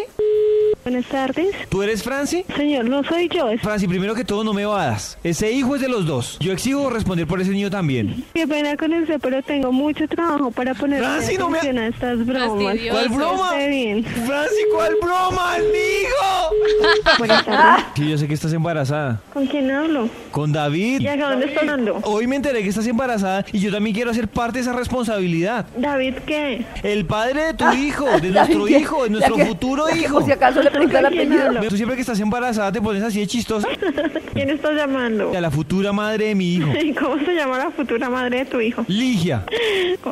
S10: Buenas tardes.
S11: ¿Tú eres Franci?
S10: Señor, no soy yo. Es
S11: Franci, primero que todo, no me vadas. Ese hijo es de los dos. Yo exijo responder por ese niño también.
S10: que pena con usted, pero tengo mucho trabajo para poner
S11: Franci, no me-
S10: atención a estas bromas.
S5: Fastidioso.
S11: ¿Cuál broma?
S10: Esté bien.
S11: ¡Franci, cuál broma, el hijo!
S10: Buenas tardes.
S11: Sí, yo sé que estás embarazada.
S10: ¿Con quién hablo?
S11: Con
S10: ¿Y
S11: David.
S10: acá dónde está hablando?
S11: Hoy me enteré que estás embarazada y yo también quiero hacer parte de esa responsabilidad.
S10: David, ¿qué?
S11: El padre de tu
S4: Ah,
S11: hijo, de nuestro
S4: Ya-
S11: hijo, de
S4: ya
S11: nuestro
S4: que-
S11: futuro
S4: ya que
S11: hijo.
S4: Por si acaso le pregunta el
S10: ¿Con quién
S4: apellido.
S10: hablo?
S11: Tú siempre que estás embarazada te pones así de chistosa
S10: ¿Quién está llamando?
S11: a la futura madre de mi hijo.
S10: ¿Y cómo se llama la futura madre de tu hijo?
S11: Ligia.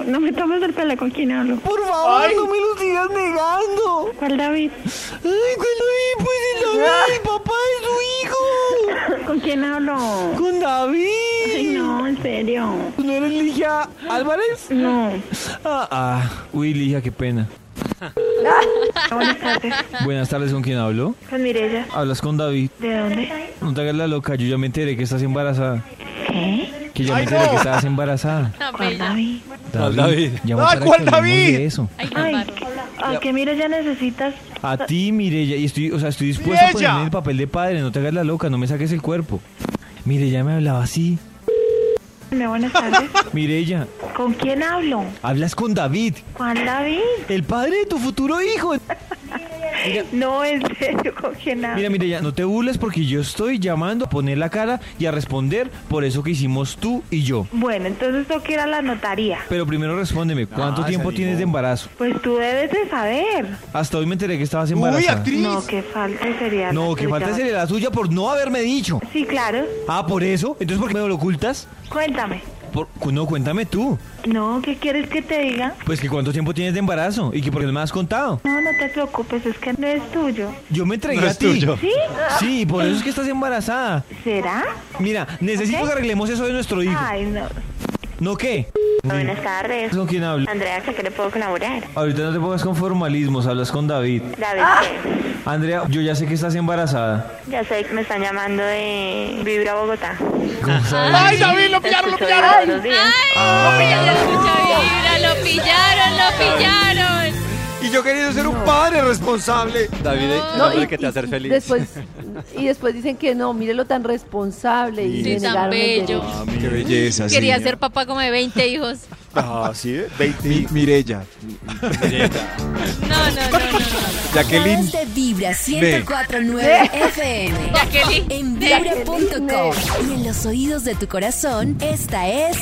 S10: No me tomes el pelo, ¿con quién hablo?
S11: Por favor, no me lo sigas negando.
S10: ¿Cuál David?
S11: Ay, cuando vi, pues el David, el papá de su hijo.
S10: ¿Con quién hablo?
S11: Con
S10: Ay,
S11: David.
S10: no, en serio.
S3: Pues
S11: ¿No eres Ligia Álvarez?
S10: No.
S11: Ah, ah. Uy, Ligia, qué pena.
S10: Buenas tardes.
S11: Buenas tardes, ¿con quién hablo?
S10: Con Mirella.
S11: Hablas con David.
S10: ¿De dónde?
S11: No te hagas la loca, yo ya me enteré que estás embarazada.
S10: ¿Qué?
S11: Que ya me enteré que estás embarazada.
S5: Tan
S10: ¿Cuál
S5: bella.
S10: David?
S11: David. llama
S1: Ah,
S11: para
S1: ¿cuál
S11: que hablemos
S1: David?
S11: de eso.
S5: Ay,
S10: Ay,
S5: qué padre.
S10: aunque mire, ya necesitas.
S11: A ti, Mireya, y estoy, o sea, estoy dispuesto a
S1: ¡Mireya!
S11: ponerme en el papel de padre, no te hagas la loca, no me saques el cuerpo. Mireya me hablaba así.
S10: Hola, Buenas tardes.
S11: Mireya,
S10: ¿Con quién hablo?
S11: hablas con David,
S10: ¿Cuál David?
S11: el padre de tu futuro hijo.
S10: No, en serio, ¿con quién hablo?
S11: Mira, Mireya, no te burles porque yo estoy llamando a poner la cara y a responder por eso que hicimos tú y yo.
S10: Bueno, entonces tengo que ir a la notaría.
S11: Pero primero respóndeme, ¿cuánto tiempo tienes de embarazo?
S10: Pues tú debes de saber.
S11: Hasta hoy me enteré que estabas
S1: Uy,
S11: embarazada.
S1: actriz.
S10: No, que falta sería.
S11: no,
S10: la
S11: que
S10: tuya.
S11: falta sería la suya por no haberme dicho.
S10: Sí, claro.
S11: Ah, por eso. Entonces, ¿por qué me lo ocultas?
S10: Cuéntame.
S11: Por- no, cuéntame tú.
S10: No, ¿qué quieres que te diga?
S11: Pues que cuánto tiempo tienes de embarazo y que por qué no me has contado.
S10: No, no te preocupes, es que no es tuyo.
S11: Yo me entregué a ti.
S10: ¿Sí?
S11: Sí, por eso es que estás embarazada.
S10: ¿Será?
S11: Mira, necesito
S10: Ok. Ah.
S11: que arreglemos eso de nuestro hijo.
S10: Ay, no.
S11: ¿No qué?
S10: Buenas tardes.
S11: ¿Con quién hablo?
S10: Andrea, ¿con qué le puedo colaborar?
S11: Ahorita no te pongas con formalismos, hablas con David.
S10: David,
S11: Andrea, yo ya sé que estás embarazada.
S10: ya sé que me están llamando de Vibra Bogotá.
S11: ¿Cómo sabes?
S1: ¡Ay, David, lo pillaron, lo pillaron!
S10: Ah.
S5: Ay, ya escucha vibra, lo pillaron, lo pillaron.
S3: Y yo queriendo ser un padre responsable.
S7: David,
S5: No,
S7: no, que te hacer feliz.
S4: Después, y después dicen que no, mire lo tan responsable y
S5: Sí,
S4: le
S5: tan
S4: negaron el
S5: bello.
S4: derecho.
S6: Qué belleza. sí.
S5: Quería ser papá como de 20 hijos.
S3: Ah, sí, ¿eh?
S6: Mi-
S3: 20.
S6: Mireya.
S5: No, no, no, no. no.
S6: Jacqueline.
S2: Más de Vibra 1049 FM.
S5: Jacqueline.
S2: En vibra.com. Y en los oídos de tu corazón, esta es.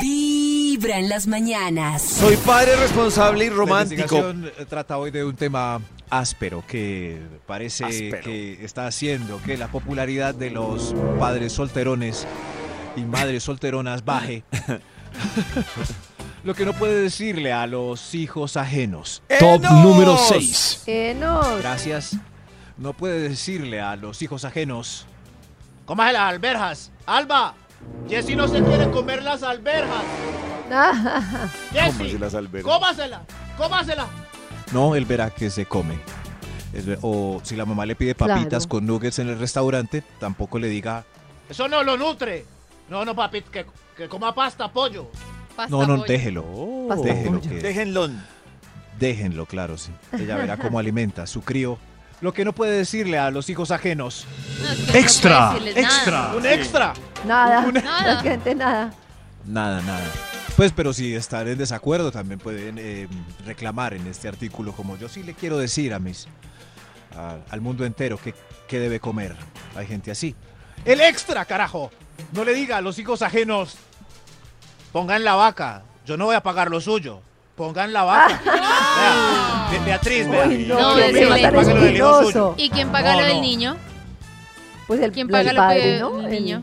S2: Vibra en las mañanas.
S3: Soy padre responsable y romántico.
S6: La investigación trata hoy de un tema áspero que parece que está haciendo que la popularidad de los padres solterones y madres solteronas baje. Lo que no puede decirle a los hijos ajenos.
S8: Top número 6.
S4: Eh, no.
S6: Gracias No puede decirle a los hijos ajenos.
S1: Comaje las alberjas. Alba, Jessy no se quiere comer las alberjas. Jessy,
S6: las alberjas?
S1: cómasela, cómasela.
S6: No, él verá que se come. Es ver- O si la mamá le pide papitas
S1: Claro.
S6: con nuggets en el restaurante, tampoco le diga.
S1: Eso no lo nutre. No, no, papi, que, que coma pasta, pollo.
S6: No, no, déjelo. Déjelo. que-
S3: Déjenlo.
S6: Déjenlo, claro, sí. Ella verá cómo alimenta a su crío. Lo que no puede decirle a los hijos ajenos.
S4: Extra, puede decirles extra.
S3: Ah,
S4: nada.
S1: Un extra.
S4: Nada,
S1: Nada.
S4: la gente nada.
S6: Nada, nada. Pues, pero si están en desacuerdo, también pueden eh, reclamar en este artículo, como yo sí le quiero decir a mis, a- al mundo entero que, que debe comer. Hay gente así.
S1: El extra, carajo. No le diga a los hijos ajenos. Pongan la vaca. Yo no voy a pagar lo suyo. Pongan la vaca. Vea, Be- Beatriz, vea.
S4: Uy, no,
S5: No,
S1: Yo
S5: es
S1: me voy a pagar lo del hijo suyo.
S5: ¿Y quién paga
S1: No,
S5: lo del
S1: no.
S5: niño?
S4: Pues el,
S5: ¿Quién
S4: el
S5: paga lo
S4: padre,
S5: que
S4: ¿no?
S5: el niño?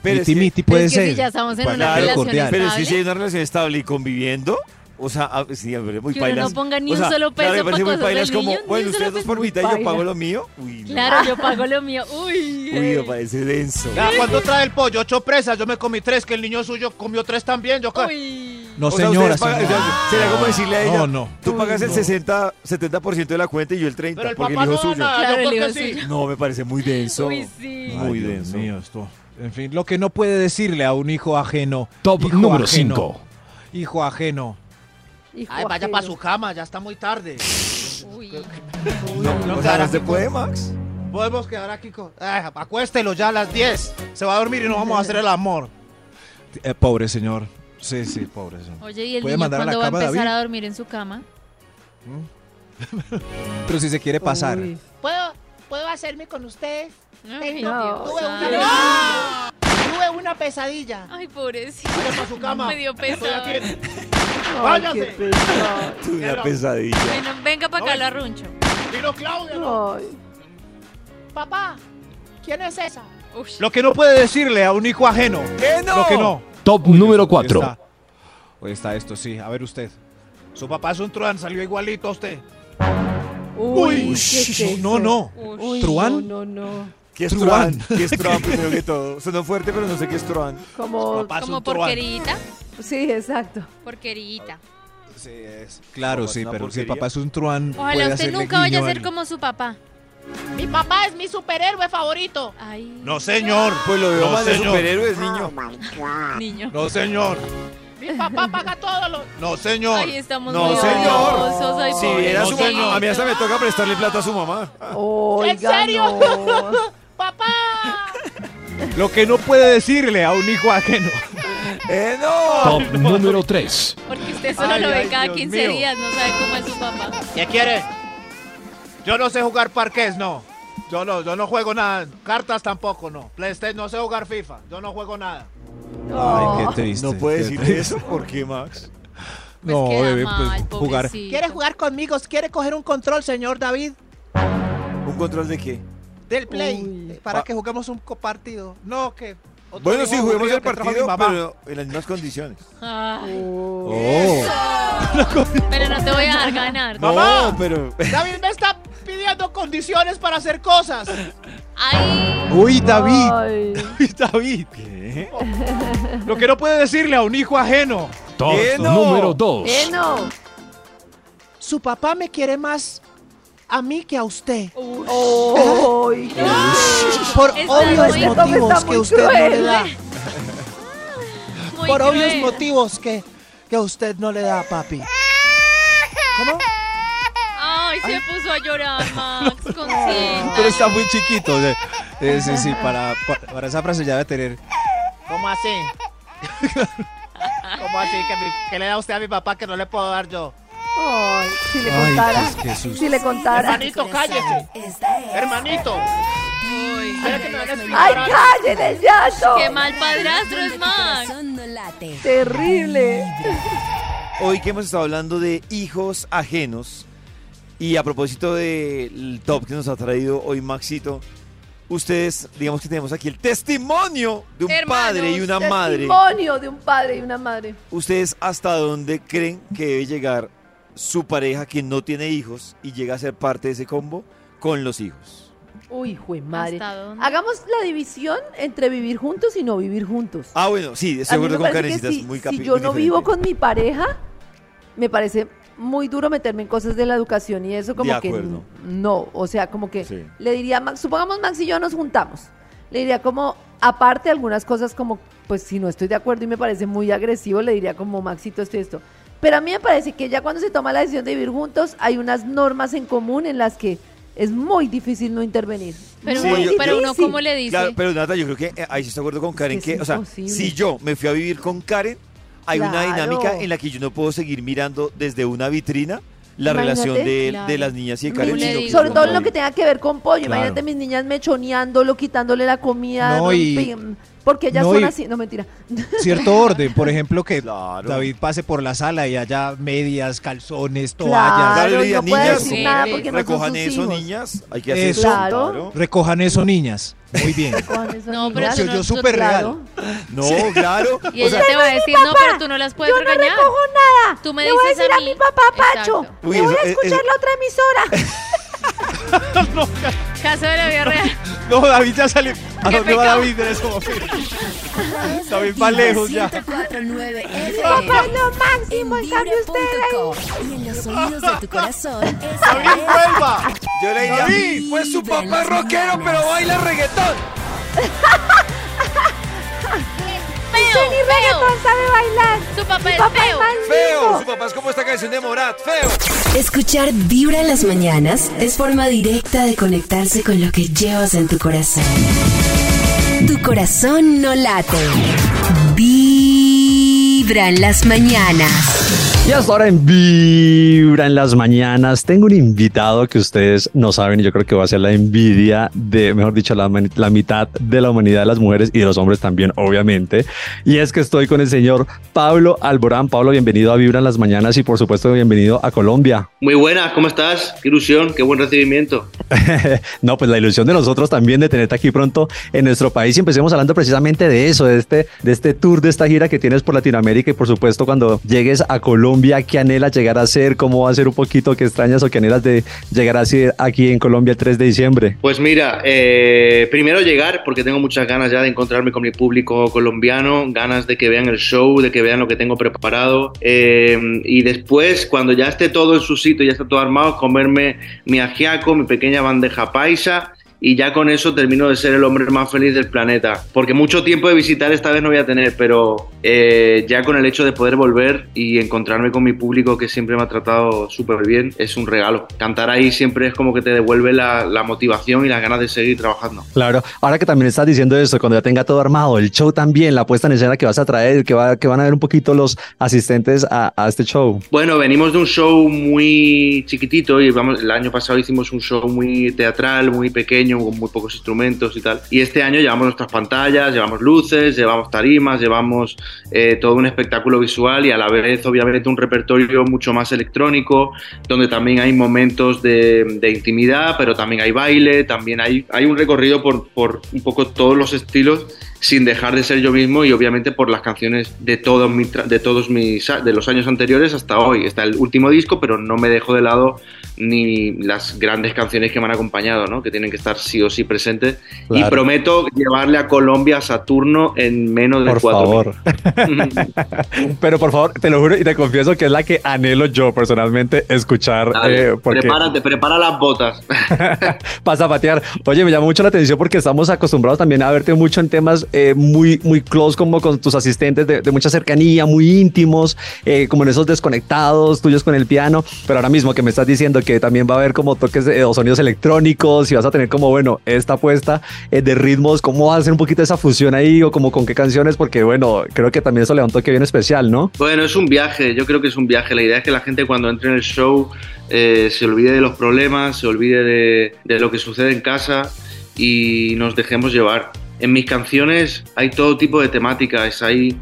S3: Pero
S6: miti,
S3: es que-
S6: miti puede
S5: es que
S6: ser.
S5: si ya estamos en
S6: Para
S5: una
S6: ser
S5: relación
S6: cordial.
S3: Pero si
S5: ¿Estable?
S3: sí hay una relación estable y conviviendo, o sea, a- sí, hombre, muy
S5: Que uno no
S3: pailas.
S5: ponga ni
S3: O
S5: un
S3: sea,
S5: solo
S3: claro, me
S5: peso
S3: parece
S5: pa'
S3: muy
S5: cosas
S3: pailas
S5: del
S3: como,
S5: niño, ni
S3: bueno,
S5: un
S3: ustedes
S5: solo
S3: dos
S5: peso.
S3: por mitad y yo pago lo mío. Uy, no.
S5: Claro, yo pago lo mío. Uy.
S3: Uy,
S5: eh.
S3: me parece denso.
S1: Vea, cuando trae el pollo, ocho presas, yo me comí tres, que el niño suyo comió tres también. Yo co-
S6: No,
S3: O sea,
S6: señora.
S3: ustedes pagan-
S6: señora.
S3: o sea, Sería como decirle a ella,
S6: No, no.
S3: tú pagas el 60, 70% de la cuenta y yo el 30,
S1: Pero el
S3: porque
S1: papá
S3: el hijo
S1: no da
S3: suyo.
S1: nada,
S5: Claro,
S1: yo
S5: el
S1: porque
S5: hijo
S1: sí.
S3: No, me parece muy denso.
S5: Uy, sí.
S3: Muy
S6: Ay, Dios
S3: denso.
S6: mío, esto. En fin, lo que no puede decirle a un hijo ajeno.
S8: Top
S6: Hijo
S8: número
S6: ajeno.
S8: 5.
S6: Hijo ajeno.
S4: Hijo
S1: Ay, vaya
S4: ajeno.
S1: para su cama, ya está muy tarde.
S3: No, o sea,
S1: cara,
S3: ¿no se
S1: qué
S3: puede, Max?
S1: Podemos quedar aquí con. Ay, acuéstelo ya a las 10. Se va a dormir y no vamos a hacer el amor.
S6: Eh, pobre señor. Sí, sí, pobre señor.
S5: Oye, ¿y el
S6: ¿Puede
S5: niño
S6: mandar a la
S5: cuándo va a
S6: cama,
S5: empezar
S6: David?
S5: a dormir en su cama?
S6: Pero si se quiere pasar.
S4: Uy.
S1: ¿Puedo, ¿Puedo hacerme con usted?
S5: Ay,
S4: no,
S5: Dios.
S1: Tuve una pesadilla.
S5: Ay, pobrecito.
S1: Vaya para su cama.
S5: Me dio
S1: Estoy
S5: pesar.
S1: aquí.
S4: Ay,
S1: Váyase.
S4: qué pesar.
S3: Tuve
S1: Pero-
S3: una pesadilla.
S5: Bueno, venga para acá,
S1: No,
S5: lo arruncho.
S1: Dilo, Claudia.
S4: Ay.
S1: Papá, ¿quién es esa?
S5: Uy.
S6: Lo que no puede decirle a un hijo ajeno. Lo que no.
S8: Top número 4.
S6: Está. Hoy está esto, sí. A ver usted.
S1: Su papá es un truán, salió igualito a usted.
S4: Uy, ¿qué es
S6: no,
S4: eso?
S6: no.
S4: Uy,
S6: ¿Truán?
S4: No, no, no.
S3: ¿Qué es
S6: Truán.
S3: Truán? ¿Qué es Truán primero que todo? Sonó fuerte, pero no sé qué es Truán.
S4: Como,
S1: Papá es
S5: Como
S1: un truán.
S5: porquerita,
S4: sí, exacto.
S5: porquerita.
S3: Sí, es.
S6: Claro,
S3: Papá,
S6: sí,
S3: es una
S6: pero si el
S3: porquería.
S6: papá es un truán.
S5: Ojalá
S6: puede
S5: usted
S6: hacerle
S5: nunca vaya a
S6: guiño
S5: ser
S6: al-
S5: como su papá.
S1: Mi papá es mi superhéroe favorito.
S5: Ay,
S1: No, señor.
S3: Pues lo veo
S1: No,
S3: más de
S1: señor.
S3: superhéroes, niño.
S5: niño.
S1: No, señor. Mi papá paga todos los. No, señor.
S5: Ay, estamos
S3: No,
S5: muy
S3: señor.
S5: orgullosos, ay,
S3: Si viera su
S5: pobrecito.
S3: mamá, a mí hasta me toca prestarle plata a su mamá.
S4: Oiga,
S1: serio?
S4: no.
S1: ¡Papá!
S6: Lo que no puede decirle a un hijo ajeno.
S3: ¡Eh, no!
S8: Top número 3.
S5: Porque usted solo
S1: Ay,
S5: lo ve
S1: ay,
S5: cada
S1: Dios
S5: 15
S1: mío.
S5: días, no sabe cómo es su papá. Pues
S1: ¿Qué quiere? Yo no sé jugar parqués, no. Yo no, yo no juego nada. Cartas tampoco, no. PlayStation, no sé jugar FIFA. Yo no juego nada.
S6: Ay, qué triste.
S3: No puede
S6: qué
S3: decir
S6: triste.
S3: eso, ¿por qué, Max?
S5: Pues
S6: no,
S5: queda
S6: bebé,
S5: mal,
S6: pues jugar.
S5: pobrecito.
S1: ¿Quiere jugar conmigo? ¿Quiere coger un control, señor David?
S3: ¿Un control de qué?
S1: Del Play.
S4: Uy.
S1: eh, Para
S3: Ah.
S1: que juguemos un co- partido. No, que. otro
S3: Bueno,
S1: hijo
S3: sí, juguemos
S1: aburrido
S3: el
S1: que trajo mi
S3: partido,
S1: mamá.
S3: pero en las mismas condiciones.
S5: Ay,
S6: Oh.
S5: Ah, pero no te voy a dejar ganar.
S1: ¡Mamá!
S6: Oh,
S3: No, pero.
S1: David me está pidiendo condiciones para hacer cosas.
S5: Ay,
S6: Uy, David.
S4: Ay.
S6: David. Lo que no puede decirle a un hijo ajeno.
S8: Top
S3: Eh, no.
S8: número 2.
S4: Eh, no.
S1: Su papá me quiere más a mí que a usted.
S4: Ay, qué
S1: Por
S5: Está
S1: obvios
S5: muy-
S1: motivos
S4: está
S1: que
S4: muy
S1: usted no le
S4: cruel.
S1: da.
S5: muy
S1: Por obvios
S5: cruel.
S1: motivos que, que usted no le da, papi. ¿Cómo?
S5: Ay, se puso a llorar, Max, consienta.
S6: Pero está muy chiquito. o sea, eh, sí, sí, para, pa- para esa frase ya debe tener.
S1: ¿Cómo así? ¿Cómo así? ¿Que, mi- que le da usted a mi papá que no le puedo dar yo?
S4: Ay, si le
S6: Ay,
S4: contara.
S6: pues, qué susto.
S4: si le contara.
S1: Hermanito, cállese.
S2: Esta es
S1: Hermanito. Mira que me van a
S4: Ay,
S1: explicar algo.
S4: cállen el llanto.
S5: Qué mal padrastro es
S9: Tu
S5: Max.
S9: corazón no late.
S4: Terrible.
S3: Hoy que hemos estado hablando de hijos ajenos y a propósito del top que nos ha traído hoy Maxito, ustedes, digamos que tenemos aquí el testimonio de un
S5: Hermanos,
S3: padre y una madre.
S4: Testimonio de un padre y una madre.
S3: ¿Ustedes hasta dónde creen que debe llegar su pareja que no tiene hijos y llega a ser parte de ese combo con los hijos?
S4: Uy, jue madre.
S5: ¿Hasta dónde?
S4: Hagamos la división entre vivir juntos y no vivir juntos.
S3: Ah, bueno, sí, estoy
S4: A
S3: de
S4: mí me
S3: acuerdo con
S4: parece que
S3: Karencita. es
S4: si,
S3: muy
S4: si
S3: capi-
S4: yo
S3: muy
S4: no
S3: diferente.
S4: vivo con mi pareja, me parece muy duro meterme en cosas de la educación y eso como
S3: De
S4: que
S3: acuerdo.
S4: no, o sea, como que
S3: Sí.
S4: le diría a Max, supongamos Max y yo nos juntamos. Le diría como aparte algunas cosas como pues si no estoy de acuerdo y me parece muy agresivo, le diría como Maxito esto y esto. Pero a mí me parece que ya cuando se toma la decisión de vivir juntos, hay unas normas en común en las que es muy difícil no intervenir.
S5: Pero,
S3: Sí,
S5: uno,
S3: yo-
S5: pero
S3: yo-
S5: uno, ¿cómo le dice?
S3: Claro, pero Nata, yo creo que eh, ahí sí estoy de acuerdo con Karen
S4: es
S3: que, o sea,
S4: imposible.
S3: si yo me fui a vivir con Karen, hay una
S4: Claro.
S3: dinámica en la que yo no puedo seguir mirando desde una vitrina la
S4: Imagínate.
S3: relación de,
S5: Claro.
S3: de las niñas y de
S5: No
S3: Karen.
S5: le
S3: sino
S5: digo.
S3: yo
S4: Sobre todo en
S3: tengo
S4: lo que tenga que ver con pollo. Imagínate
S6: Claro.
S4: mis niñas mechoneándolo, quitándole la comida.
S6: No, y-
S4: rompi- Porque ellas
S6: no,
S4: son
S6: y-
S4: así. No, mentira.
S6: Cierto orden, por ejemplo, que
S3: Claro.
S6: David pase por la sala y haya medias, calzones, toallas.
S4: Claro, y
S3: Dale,
S4: no
S3: niñas,
S4: puede decir nada
S5: sí,
S4: porque no
S3: Recojan
S4: son sus
S3: eso,
S4: hijos.
S3: niñas. Hay que hacer
S6: Eso.
S3: eso.
S4: Claro.
S6: Recojan eso, niñas. Muy bien.
S4: Recojan eso,
S5: No, pero
S4: niñas.
S5: eso no- Yo
S6: súper
S4: Claro.
S6: real.
S3: No, claro.
S5: Y ella te va a decir, no, pero tú no las puedes
S4: Yo no
S5: regañar.
S4: recojo nada.
S5: Tú me
S4: Le voy a
S5: dices a
S4: decir a,
S5: mí.
S4: mi papá, Pacho.
S5: Exacto.
S3: Uy,
S4: Le voy
S3: eso-
S4: a
S3: eh,
S4: escuchar
S3: eso-
S4: la otra emisora.
S5: Caso de la vida real.
S1: No, David ya salió. ¿A
S5: Qué
S1: dónde va
S5: pecado.
S1: David en ese momento? David va lejos ya.
S9: 1049
S4: Papá,
S9: FM.
S4: lo máximo. En cambio, usted ahí.
S9: vibra.com. Y en los oídos de tu corazón.
S1: ¡David, vuelva!
S3: Yo le dije,
S1: ¡David!
S9: Pues su papá es rockero, pero
S3: baila reggaetón.
S5: Feo,
S4: Ni reggaetón
S5: feo.
S4: sabe bailar.
S5: Tu papá es
S4: Papá es
S5: feo.
S4: más
S3: Feo.
S4: lindo.
S3: Su papá es como esta canción de Morat. Feo.
S2: Escuchar Vibra en las mañanas es forma directa de conectarse con lo que llevas en tu corazón. Tu corazón no late. Vibra en las mañanas.
S12: Y hasta ahora en Vibra en las mañanas tengo un invitado que ustedes no saben y yo creo que va a ser la envidia de, mejor dicho, la, mani- la mitad de la humanidad de las mujeres y de los hombres también, obviamente. Y es que estoy con el señor Pablo Alborán. Pablo, bienvenido a Vibra en las mañanas y por supuesto bienvenido a Colombia.
S13: Muy buenas, ¿cómo estás? Qué ilusión, qué buen recibimiento.
S12: no, pues la ilusión de nosotros también de tenerte aquí pronto en nuestro país y empecemos hablando precisamente de eso, de este, de este tour, de esta gira que tienes por Latinoamérica y por supuesto cuando llegues a Colombia, qué anhelas llegar a ser, cómo va a ser un poquito, qué extrañas o qué anhelas de llegar a ser aquí en Colombia el 3 de diciembre.
S13: Pues mira, eh, primero llegar, porque tengo muchas ganas ya de encontrarme con mi público colombiano, ganas de que vean el show, de que vean lo que tengo preparado. eh, y después, cuando ya esté todo en su sitio, ya está todo armado, comerme mi ajiaco, mi pequeña bandeja paisa. Y ya con eso termino de ser el hombre más feliz del planeta. Porque mucho tiempo de visitar esta vez no voy a tener, pero eh, ya con el hecho de poder volver y encontrarme con mi público que siempre me ha tratado súper bien, es un regalo. Cantar ahí siempre es como que te devuelve la, la motivación y las ganas de seguir trabajando.
S12: Claro, ahora que también estás diciendo eso, cuando ya tenga todo armado, el show también, la puesta en escena que vas a traer, que, va, que van a ver un poquito los asistentes a- a este show.
S13: Bueno, venimos de un show muy chiquitito y vamos, el año pasado hicimos un show muy teatral, muy pequeño, con muy pocos instrumentos y tal. Y este año llevamos nuestras pantallas, llevamos luces, llevamos tarimas, llevamos eh, todo un espectáculo visual y a la vez obviamente un repertorio mucho más electrónico, donde también hay momentos de, de intimidad, pero también hay baile, también hay, hay un recorrido por, por un poco todos los estilos sin dejar de ser yo mismo y obviamente por las canciones de todos mis tra- de todos mis a- de los años anteriores hasta hoy está el último disco pero no me dejo de lado ni las grandes canciones que me han acompañado ¿no? que tienen que estar sí o sí presentes y
S12: Claro.
S13: prometo llevarle a Colombia a Saturno en menos de
S12: Por
S13: cuatro
S12: favor.
S13: minutos.
S12: Pero por favor, te lo juro y te confieso que es la que anhelo yo personalmente escuchar.
S13: Dale,
S12: eh, porque
S13: prepárate prepara las botas
S12: Para zapatear. Oye, me llama mucho la atención porque estamos acostumbrados también a verte mucho en temas eh, muy, muy close, como con tus asistentes de, de mucha cercanía, muy íntimos, eh, como en esos desconectados tuyos con el piano. Pero ahora mismo que me estás diciendo que también va a haber como toques de- o sonidos electrónicos y vas a tener como, bueno, esta apuesta eh, de ritmos, ¿cómo vas a hacer un poquito esa fusión ahí o como con qué canciones? Porque, bueno, creo que también eso le da un toque bien especial, ¿no?
S13: Bueno, es un viaje, yo creo que es un viaje. La idea es que la gente cuando entre en el show eh, se olvide de los problemas, se olvide de, de lo que sucede en casa y nos dejemos llevar. En mis canciones hay todo tipo de temáticas, hay,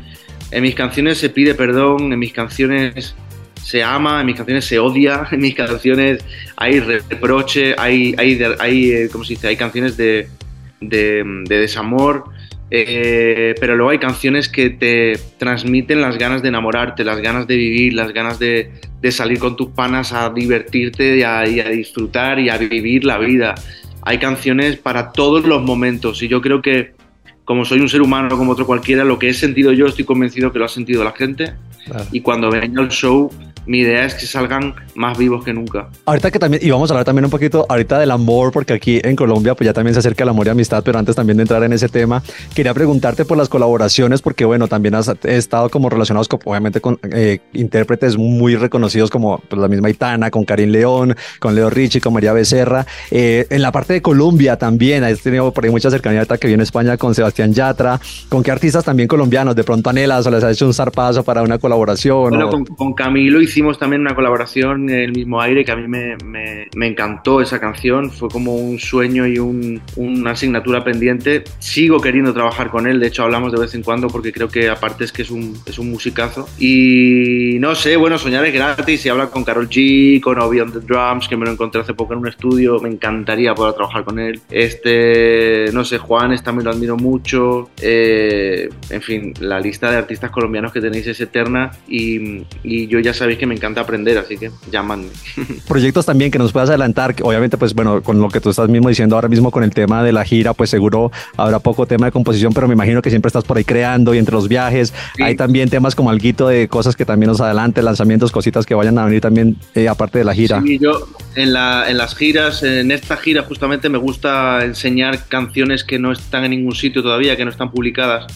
S13: en mis canciones se pide perdón, en mis canciones se ama, en mis canciones se odia, en mis canciones hay reproche, hay, hay, de- hay eh, ¿cómo se dice? Hay canciones de, de, de desamor, eh, pero luego hay canciones que te transmiten las ganas de enamorarte, las ganas de vivir, las ganas de, de salir con tus panas a divertirte y a, y a disfrutar y a vivir la vida. hay canciones para todos los momentos y yo creo que como soy un ser humano como otro cualquiera, lo que he sentido yo estoy convencido que lo ha sentido la gente y cuando venga el show mi idea es que salgan más vivos que nunca.
S12: Ahorita que también, y vamos a hablar también un poquito ahorita del amor, porque aquí en Colombia pues ya también se acerca el amor y amistad, pero antes también de entrar en ese tema, quería preguntarte por las colaboraciones, porque bueno, también has estado como relacionados con, obviamente con eh, intérpretes muy reconocidos como pues, la misma Itana, con Karim León, con Leo Richie, con María Becerra. Eh, en la parte de Colombia también, has tenido por ahí mucha cercanía ahorita que viene España con Sebastián Yatra, con qué artistas también colombianos, de pronto anhelas o les has hecho un zarpazo para una colaboración.
S13: Bueno,
S12: o-
S13: con, con Camilo hicimos también una colaboración en el mismo aire que a mí me, me- me encantó esa canción. Fue como un sueño y un- una asignatura pendiente. Sigo queriendo trabajar con él. De hecho, hablamos de vez en cuando porque creo que aparte es que es un, es un musicazo. Y no sé, bueno, soñar es gratis. Y habla con Carol G, con Obi on the Drums, que me lo encontré hace poco en un estudio. Me encantaría poder trabajar con él. Este, no sé, Juanes también lo admiro mucho. Eh, en fin, la lista de artistas colombianos que tenéis es eterna. Y, y yo ya sabéis que me encanta aprender, así que llamadme.
S12: proyectos también que nos puedas adelantar, que obviamente pues bueno, con lo que tú estás mismo diciendo ahora mismo con el tema de la gira, pues seguro habrá poco tema de composición, pero me imagino que siempre estás por ahí creando y entre los viajes, hay también temas como alguito de cosas que también nos adelante, lanzamientos, cositas que vayan a venir también eh, aparte de la gira.
S13: Sí, yo en, la- en las giras, en esta gira justamente me gusta enseñar canciones que no están en ningún sitio todavía, que no están publicadas,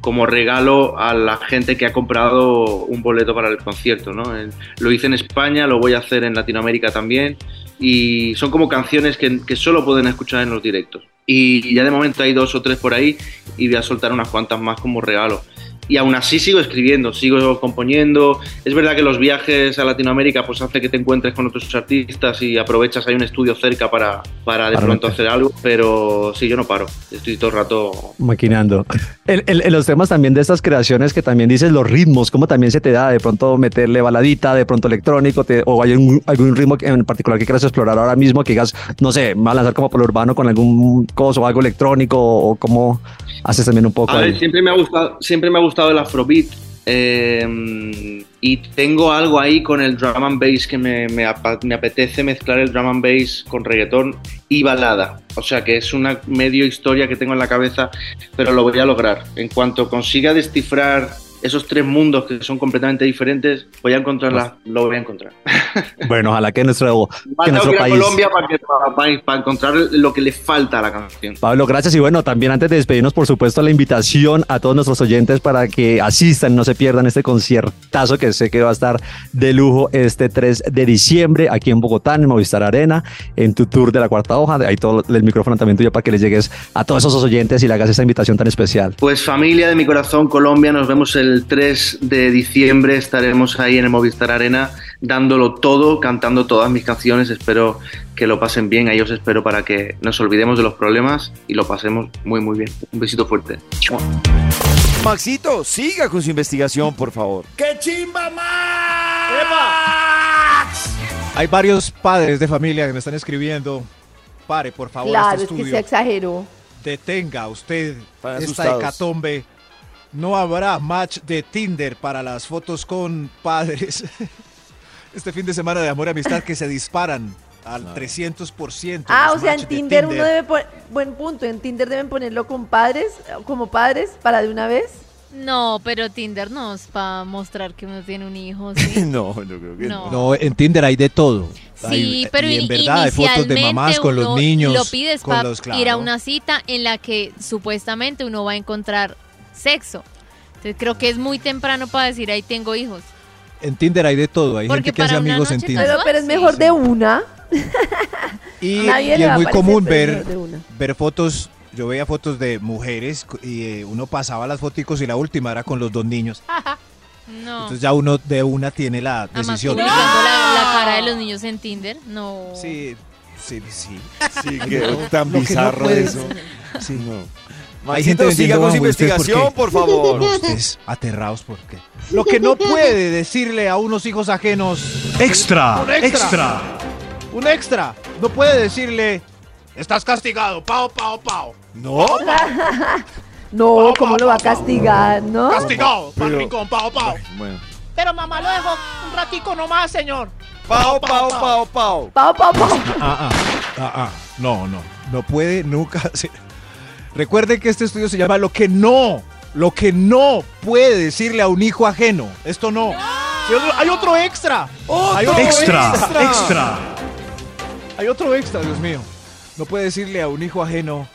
S13: como regalo a la gente que ha comprado un boleto para el concierto. ¿no? En- Lo hice en España, lo voy a hacer en Latinoamérica también, y son como canciones que, que solo pueden escuchar en los directos. Y ya de momento hay dos o tres por ahí y voy a soltar unas cuantas más como regalo y aún así sigo escribiendo, sigo componiendo. Es verdad que los viajes a Latinoamérica pues hace que te encuentres con otros artistas y aprovechas, hay un estudio cerca para, para de
S12: Para
S13: pronto hacer algo, pero sí, yo no paro, estoy todo el rato...
S12: Maquinando. En, en- en los temas también de estas creaciones que también dices, los ritmos, cómo también se te da de pronto meterle baladita, de pronto electrónico, te- o hay un- algún ritmo en particular que quieras explorar ahora mismo, que digas, no sé, me voy a lanzar como por lo urbano con algún coso o algo electrónico, o, cómo haces también un poco.
S13: A ver,
S12: ahí?
S13: siempre me ha gustado, siempre me ha gustado el afrobeat. eh, y tengo algo ahí con el drum and bass que me, me apa- me apetece mezclar el drum and bass con reggaetón y balada. O sea que es una medio historia que tengo en la cabeza, pero lo voy a lograr. En cuanto consiga descifrar esos tres mundos que son completamente diferentes, voy a encontrarla, lo voy a encontrar.
S12: Bueno, ojalá que nuestro, que
S13: Falta
S12: nuestro
S13: ir a
S12: país.
S13: Colombia para, que- para- para encontrar lo que le falta a la canción.
S12: Pablo, gracias. Y bueno, también antes de despedirnos, por supuesto, la invitación a todos nuestros oyentes para que asistan, no se pierdan este conciertazo que sé que va a estar de lujo este 3 de diciembre aquí en Bogotá, en Movistar Arena, en tu tour de la cuarta hoja. Ahí todo el micrófono también tuyo para que les llegues a todos esos oyentes y le hagas esta invitación tan especial.
S13: Pues familia de mi corazón Colombia, nos vemos el 3 de diciembre, estaremos ahí en el Movistar Arena dándolo todo, cantando todas mis canciones, espero que lo pasen bien, ahí os espero para que nos olvidemos de los problemas y lo pasemos muy muy bien. Un besito fuerte.
S3: Maxito, siga con su investigación, por favor.
S1: ¡Qué chimba más!
S6: Hay varios padres de familia que me están escribiendo.
S1: Pare, por favor,
S4: Claro,
S1: este
S4: es que
S1: estudio.
S4: se exageró.
S1: Detenga usted
S3: Están
S1: esta
S3: asustados.
S1: hecatombe. No habrá match de Tinder para las fotos con padres. Este fin de semana de amor y amistad que se disparan al 300%.
S4: Ah,
S1: los
S4: o sea, en
S1: match de
S4: Tinder uno debe poner, buen punto, en Tinder deben ponerlo con padres, como padres, para de una vez.
S5: No, pero Tinder no es para mostrar que uno tiene un hijo, ¿sí?
S3: No, yo creo
S5: que no.
S6: No, en Tinder hay de todo.
S5: Sí,
S6: Hay-
S5: pero
S6: y
S5: in-
S6: en verdad hay fotos de mamás
S5: inicialmente
S6: con los
S5: uno
S6: niños.
S5: Lo pides
S6: con
S5: para
S6: los-
S5: ir a
S6: claro.
S5: una cita en la que supuestamente uno va a encontrar sexo. Entonces creo que es muy temprano para decir ahí tengo hijos.
S6: En Tinder hay de todo. Hay gente que hace amigos en Tinder.
S4: Pero, pero es mejor de una.
S6: Y,
S4: Nadie
S6: y
S4: le va
S6: es
S4: a
S6: muy
S4: parecer,
S6: común
S4: pero es
S6: ver,
S4: mejor de una.
S6: ver fotos. Yo veía fotos de mujeres cu- y eh, uno pasaba las foticos y la última era con los dos niños.
S5: Ah. No.
S6: Entonces ya uno de una tiene la
S5: Además,
S6: decisión.
S5: publicando la, la cara de los niños en Tinder, no.
S6: Sí, sí, sí.
S3: Sí,
S6: Ay,
S3: que
S6: no,
S3: tan
S6: lo que no
S3: bizarro
S6: puede
S3: eso.
S6: Sí. Hay gente
S3: Maxito, siga
S6: vendiendo
S3: con su
S6: bajo, ¿usted por qué?
S3: investigación, por favor.
S6: No, ustedes aterrados porque.
S1: Lo que no puede decirle a unos hijos ajenos.
S6: Extra,
S1: Un Un extra. No puede decirle. Estás castigado. Pao, pao, pao.
S3: No.
S4: no, ¿cómo lo va a castigar, no?
S1: Castigado. Pa'l
S3: Pero-
S1: rincón, pao, pao.
S3: Bueno.
S1: Pero mamá lo dejó un ratico nomás, señor.
S3: Pao, pao, pao, pao.
S4: Pao, pao, pao.
S6: Ah, ah, ah, ah.
S1: No, no. No puede nunca hacer. Recuerden que este estudio se llama Lo que no, lo que no puede decirle a un hijo ajeno. Esto no. Sí, otro- Hay otro extra. Hay otro
S8: Extra, extra.
S1: Hay otro extra, Dios mío. No puede decirle a un hijo ajeno.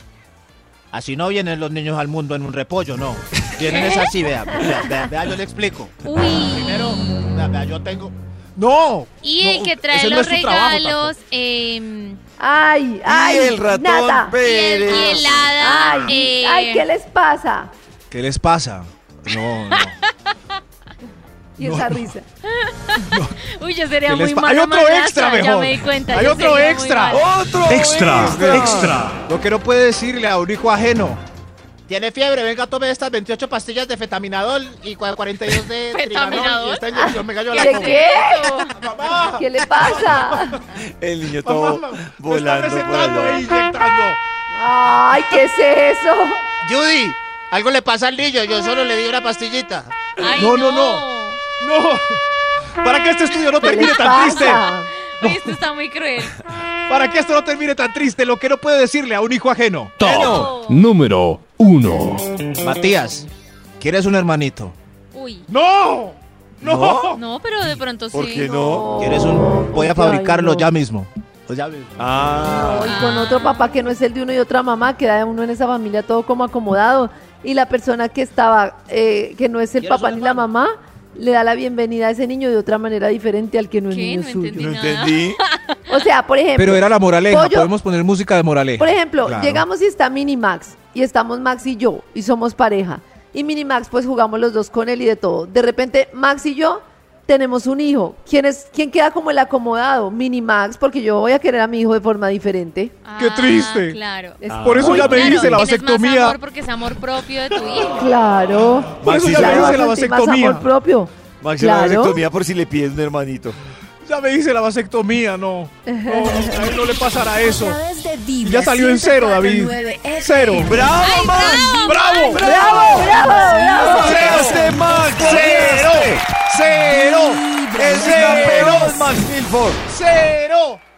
S1: Así no vienen los niños al mundo en un repollo, no. Vienen
S14: ¿Qué?
S1: es así, vea, vea, vea, vea, yo le explico.
S5: Uy.
S1: Primero, vea, vea, yo tengo. ¡No!
S5: Y
S1: No,
S5: el que trae
S1: ese no
S5: los
S1: es su trabajo
S5: regalos. em,
S4: Ay, ay.
S3: el ratón
S4: nada.
S3: Pérez.
S5: Y el hada,
S4: Ay,
S5: eh.
S4: ay, ¿qué les pasa?
S1: ¿Qué les pasa? No, no.
S4: Y esa risa.
S5: Uy, yo sería
S1: ¿Qué les
S5: muy
S1: pa-
S5: mala
S1: Hay otro
S5: madrastra,
S1: extra
S5: Ya
S1: mejor.
S5: me di cuenta.
S1: Hay
S5: yo
S1: otro
S5: sería muy
S1: extra. Oh,
S5: mala.
S1: Extra,
S8: extra.
S1: Lo que no puede decirle a un hijo ajeno. Tiene fiebre, venga, tome estas 28 pastillas de fetaminadol y cua- 42 de triganol. Y esta inyección me cayó la
S4: ¿De
S1: coca.
S4: qué? ¿Qué le pasa?
S3: El niño todo volando por
S1: e
S3: allá.
S4: Ay, ¿qué es eso?
S1: Judy, algo le pasa al niño, yo solo le di una pastillita.
S5: Ay,
S1: no, no, no, no. Para que este estudio no
S5: ¿Qué
S1: termine
S5: les
S1: tan
S5: pasa?
S1: triste.
S5: Uy, esto está muy cruel.
S1: Para que esto no termine tan triste, lo que no puede decirle a un hijo ajeno.
S8: Top número uno.
S1: Matías, ¿quieres un hermanito?
S5: Uy.
S1: ¡No!
S5: No, pero de pronto sí.
S1: no? ¿Quieres un? Voy a fabricarlo
S4: Ay, no.
S1: ya mismo. Ah.
S4: Y con otro papá que no es el de uno y otra mamá, queda uno en esa familia todo como acomodado. Y la persona que estaba, eh, que no es el papá ni la mamá, le da la bienvenida a ese niño de otra manera diferente al que no es niño suyo.
S3: entendí.
S4: O sea, por
S5: Eh,
S4: ejemplo.
S6: Pero era la moraleja.
S4: Pollo-
S6: Podemos poner música de moraleja.
S4: Por ejemplo,
S6: Claro.
S4: llegamos y está Minimax, y estamos Max y yo, y somos pareja. Y Minimax, pues jugamos los dos con él y de todo. De repente, Max y yo tenemos un hijo. ¿Quién, es, quién queda como el acomodado? Minimax, porque yo voy a querer a mi hijo de forma diferente.
S6: Ah.
S1: ¡Qué triste!
S5: Ah, Claro.
S4: Es-
S1: Por eso
S4: Uy,
S1: ya me
S4: claro,
S1: hice la
S4: tienes
S5: Más
S1: vasectomía.
S5: amor porque es amor propio de tu hijo.
S4: Claro.
S1: Por eso
S3: Maxi,
S1: ya
S3: claro,
S1: me hice la
S3: vas a
S4: sentir más
S1: vasectomía.
S4: amor propio.
S3: Maxi, una
S4: Claro.
S3: vasectomía por si le pides un hermanito.
S1: Ya me hice la vasectomía, no. No, a él no le pasará eso.
S2: de
S1: Ya salió en cero, David.
S2: 104.9
S1: Cero.
S2: ¡Bravo,
S1: ¡Bravo,
S2: Max!
S1: ¡Bravo!
S2: ¡Bravo, bravo, bravo!
S1: ¡Cero!
S3: Este Max! este
S1: ¡Cero! ¡Cero!
S3: ¡Es
S1: ¡Cero!
S3: campeón, Max Milford!
S1: ¡Cero!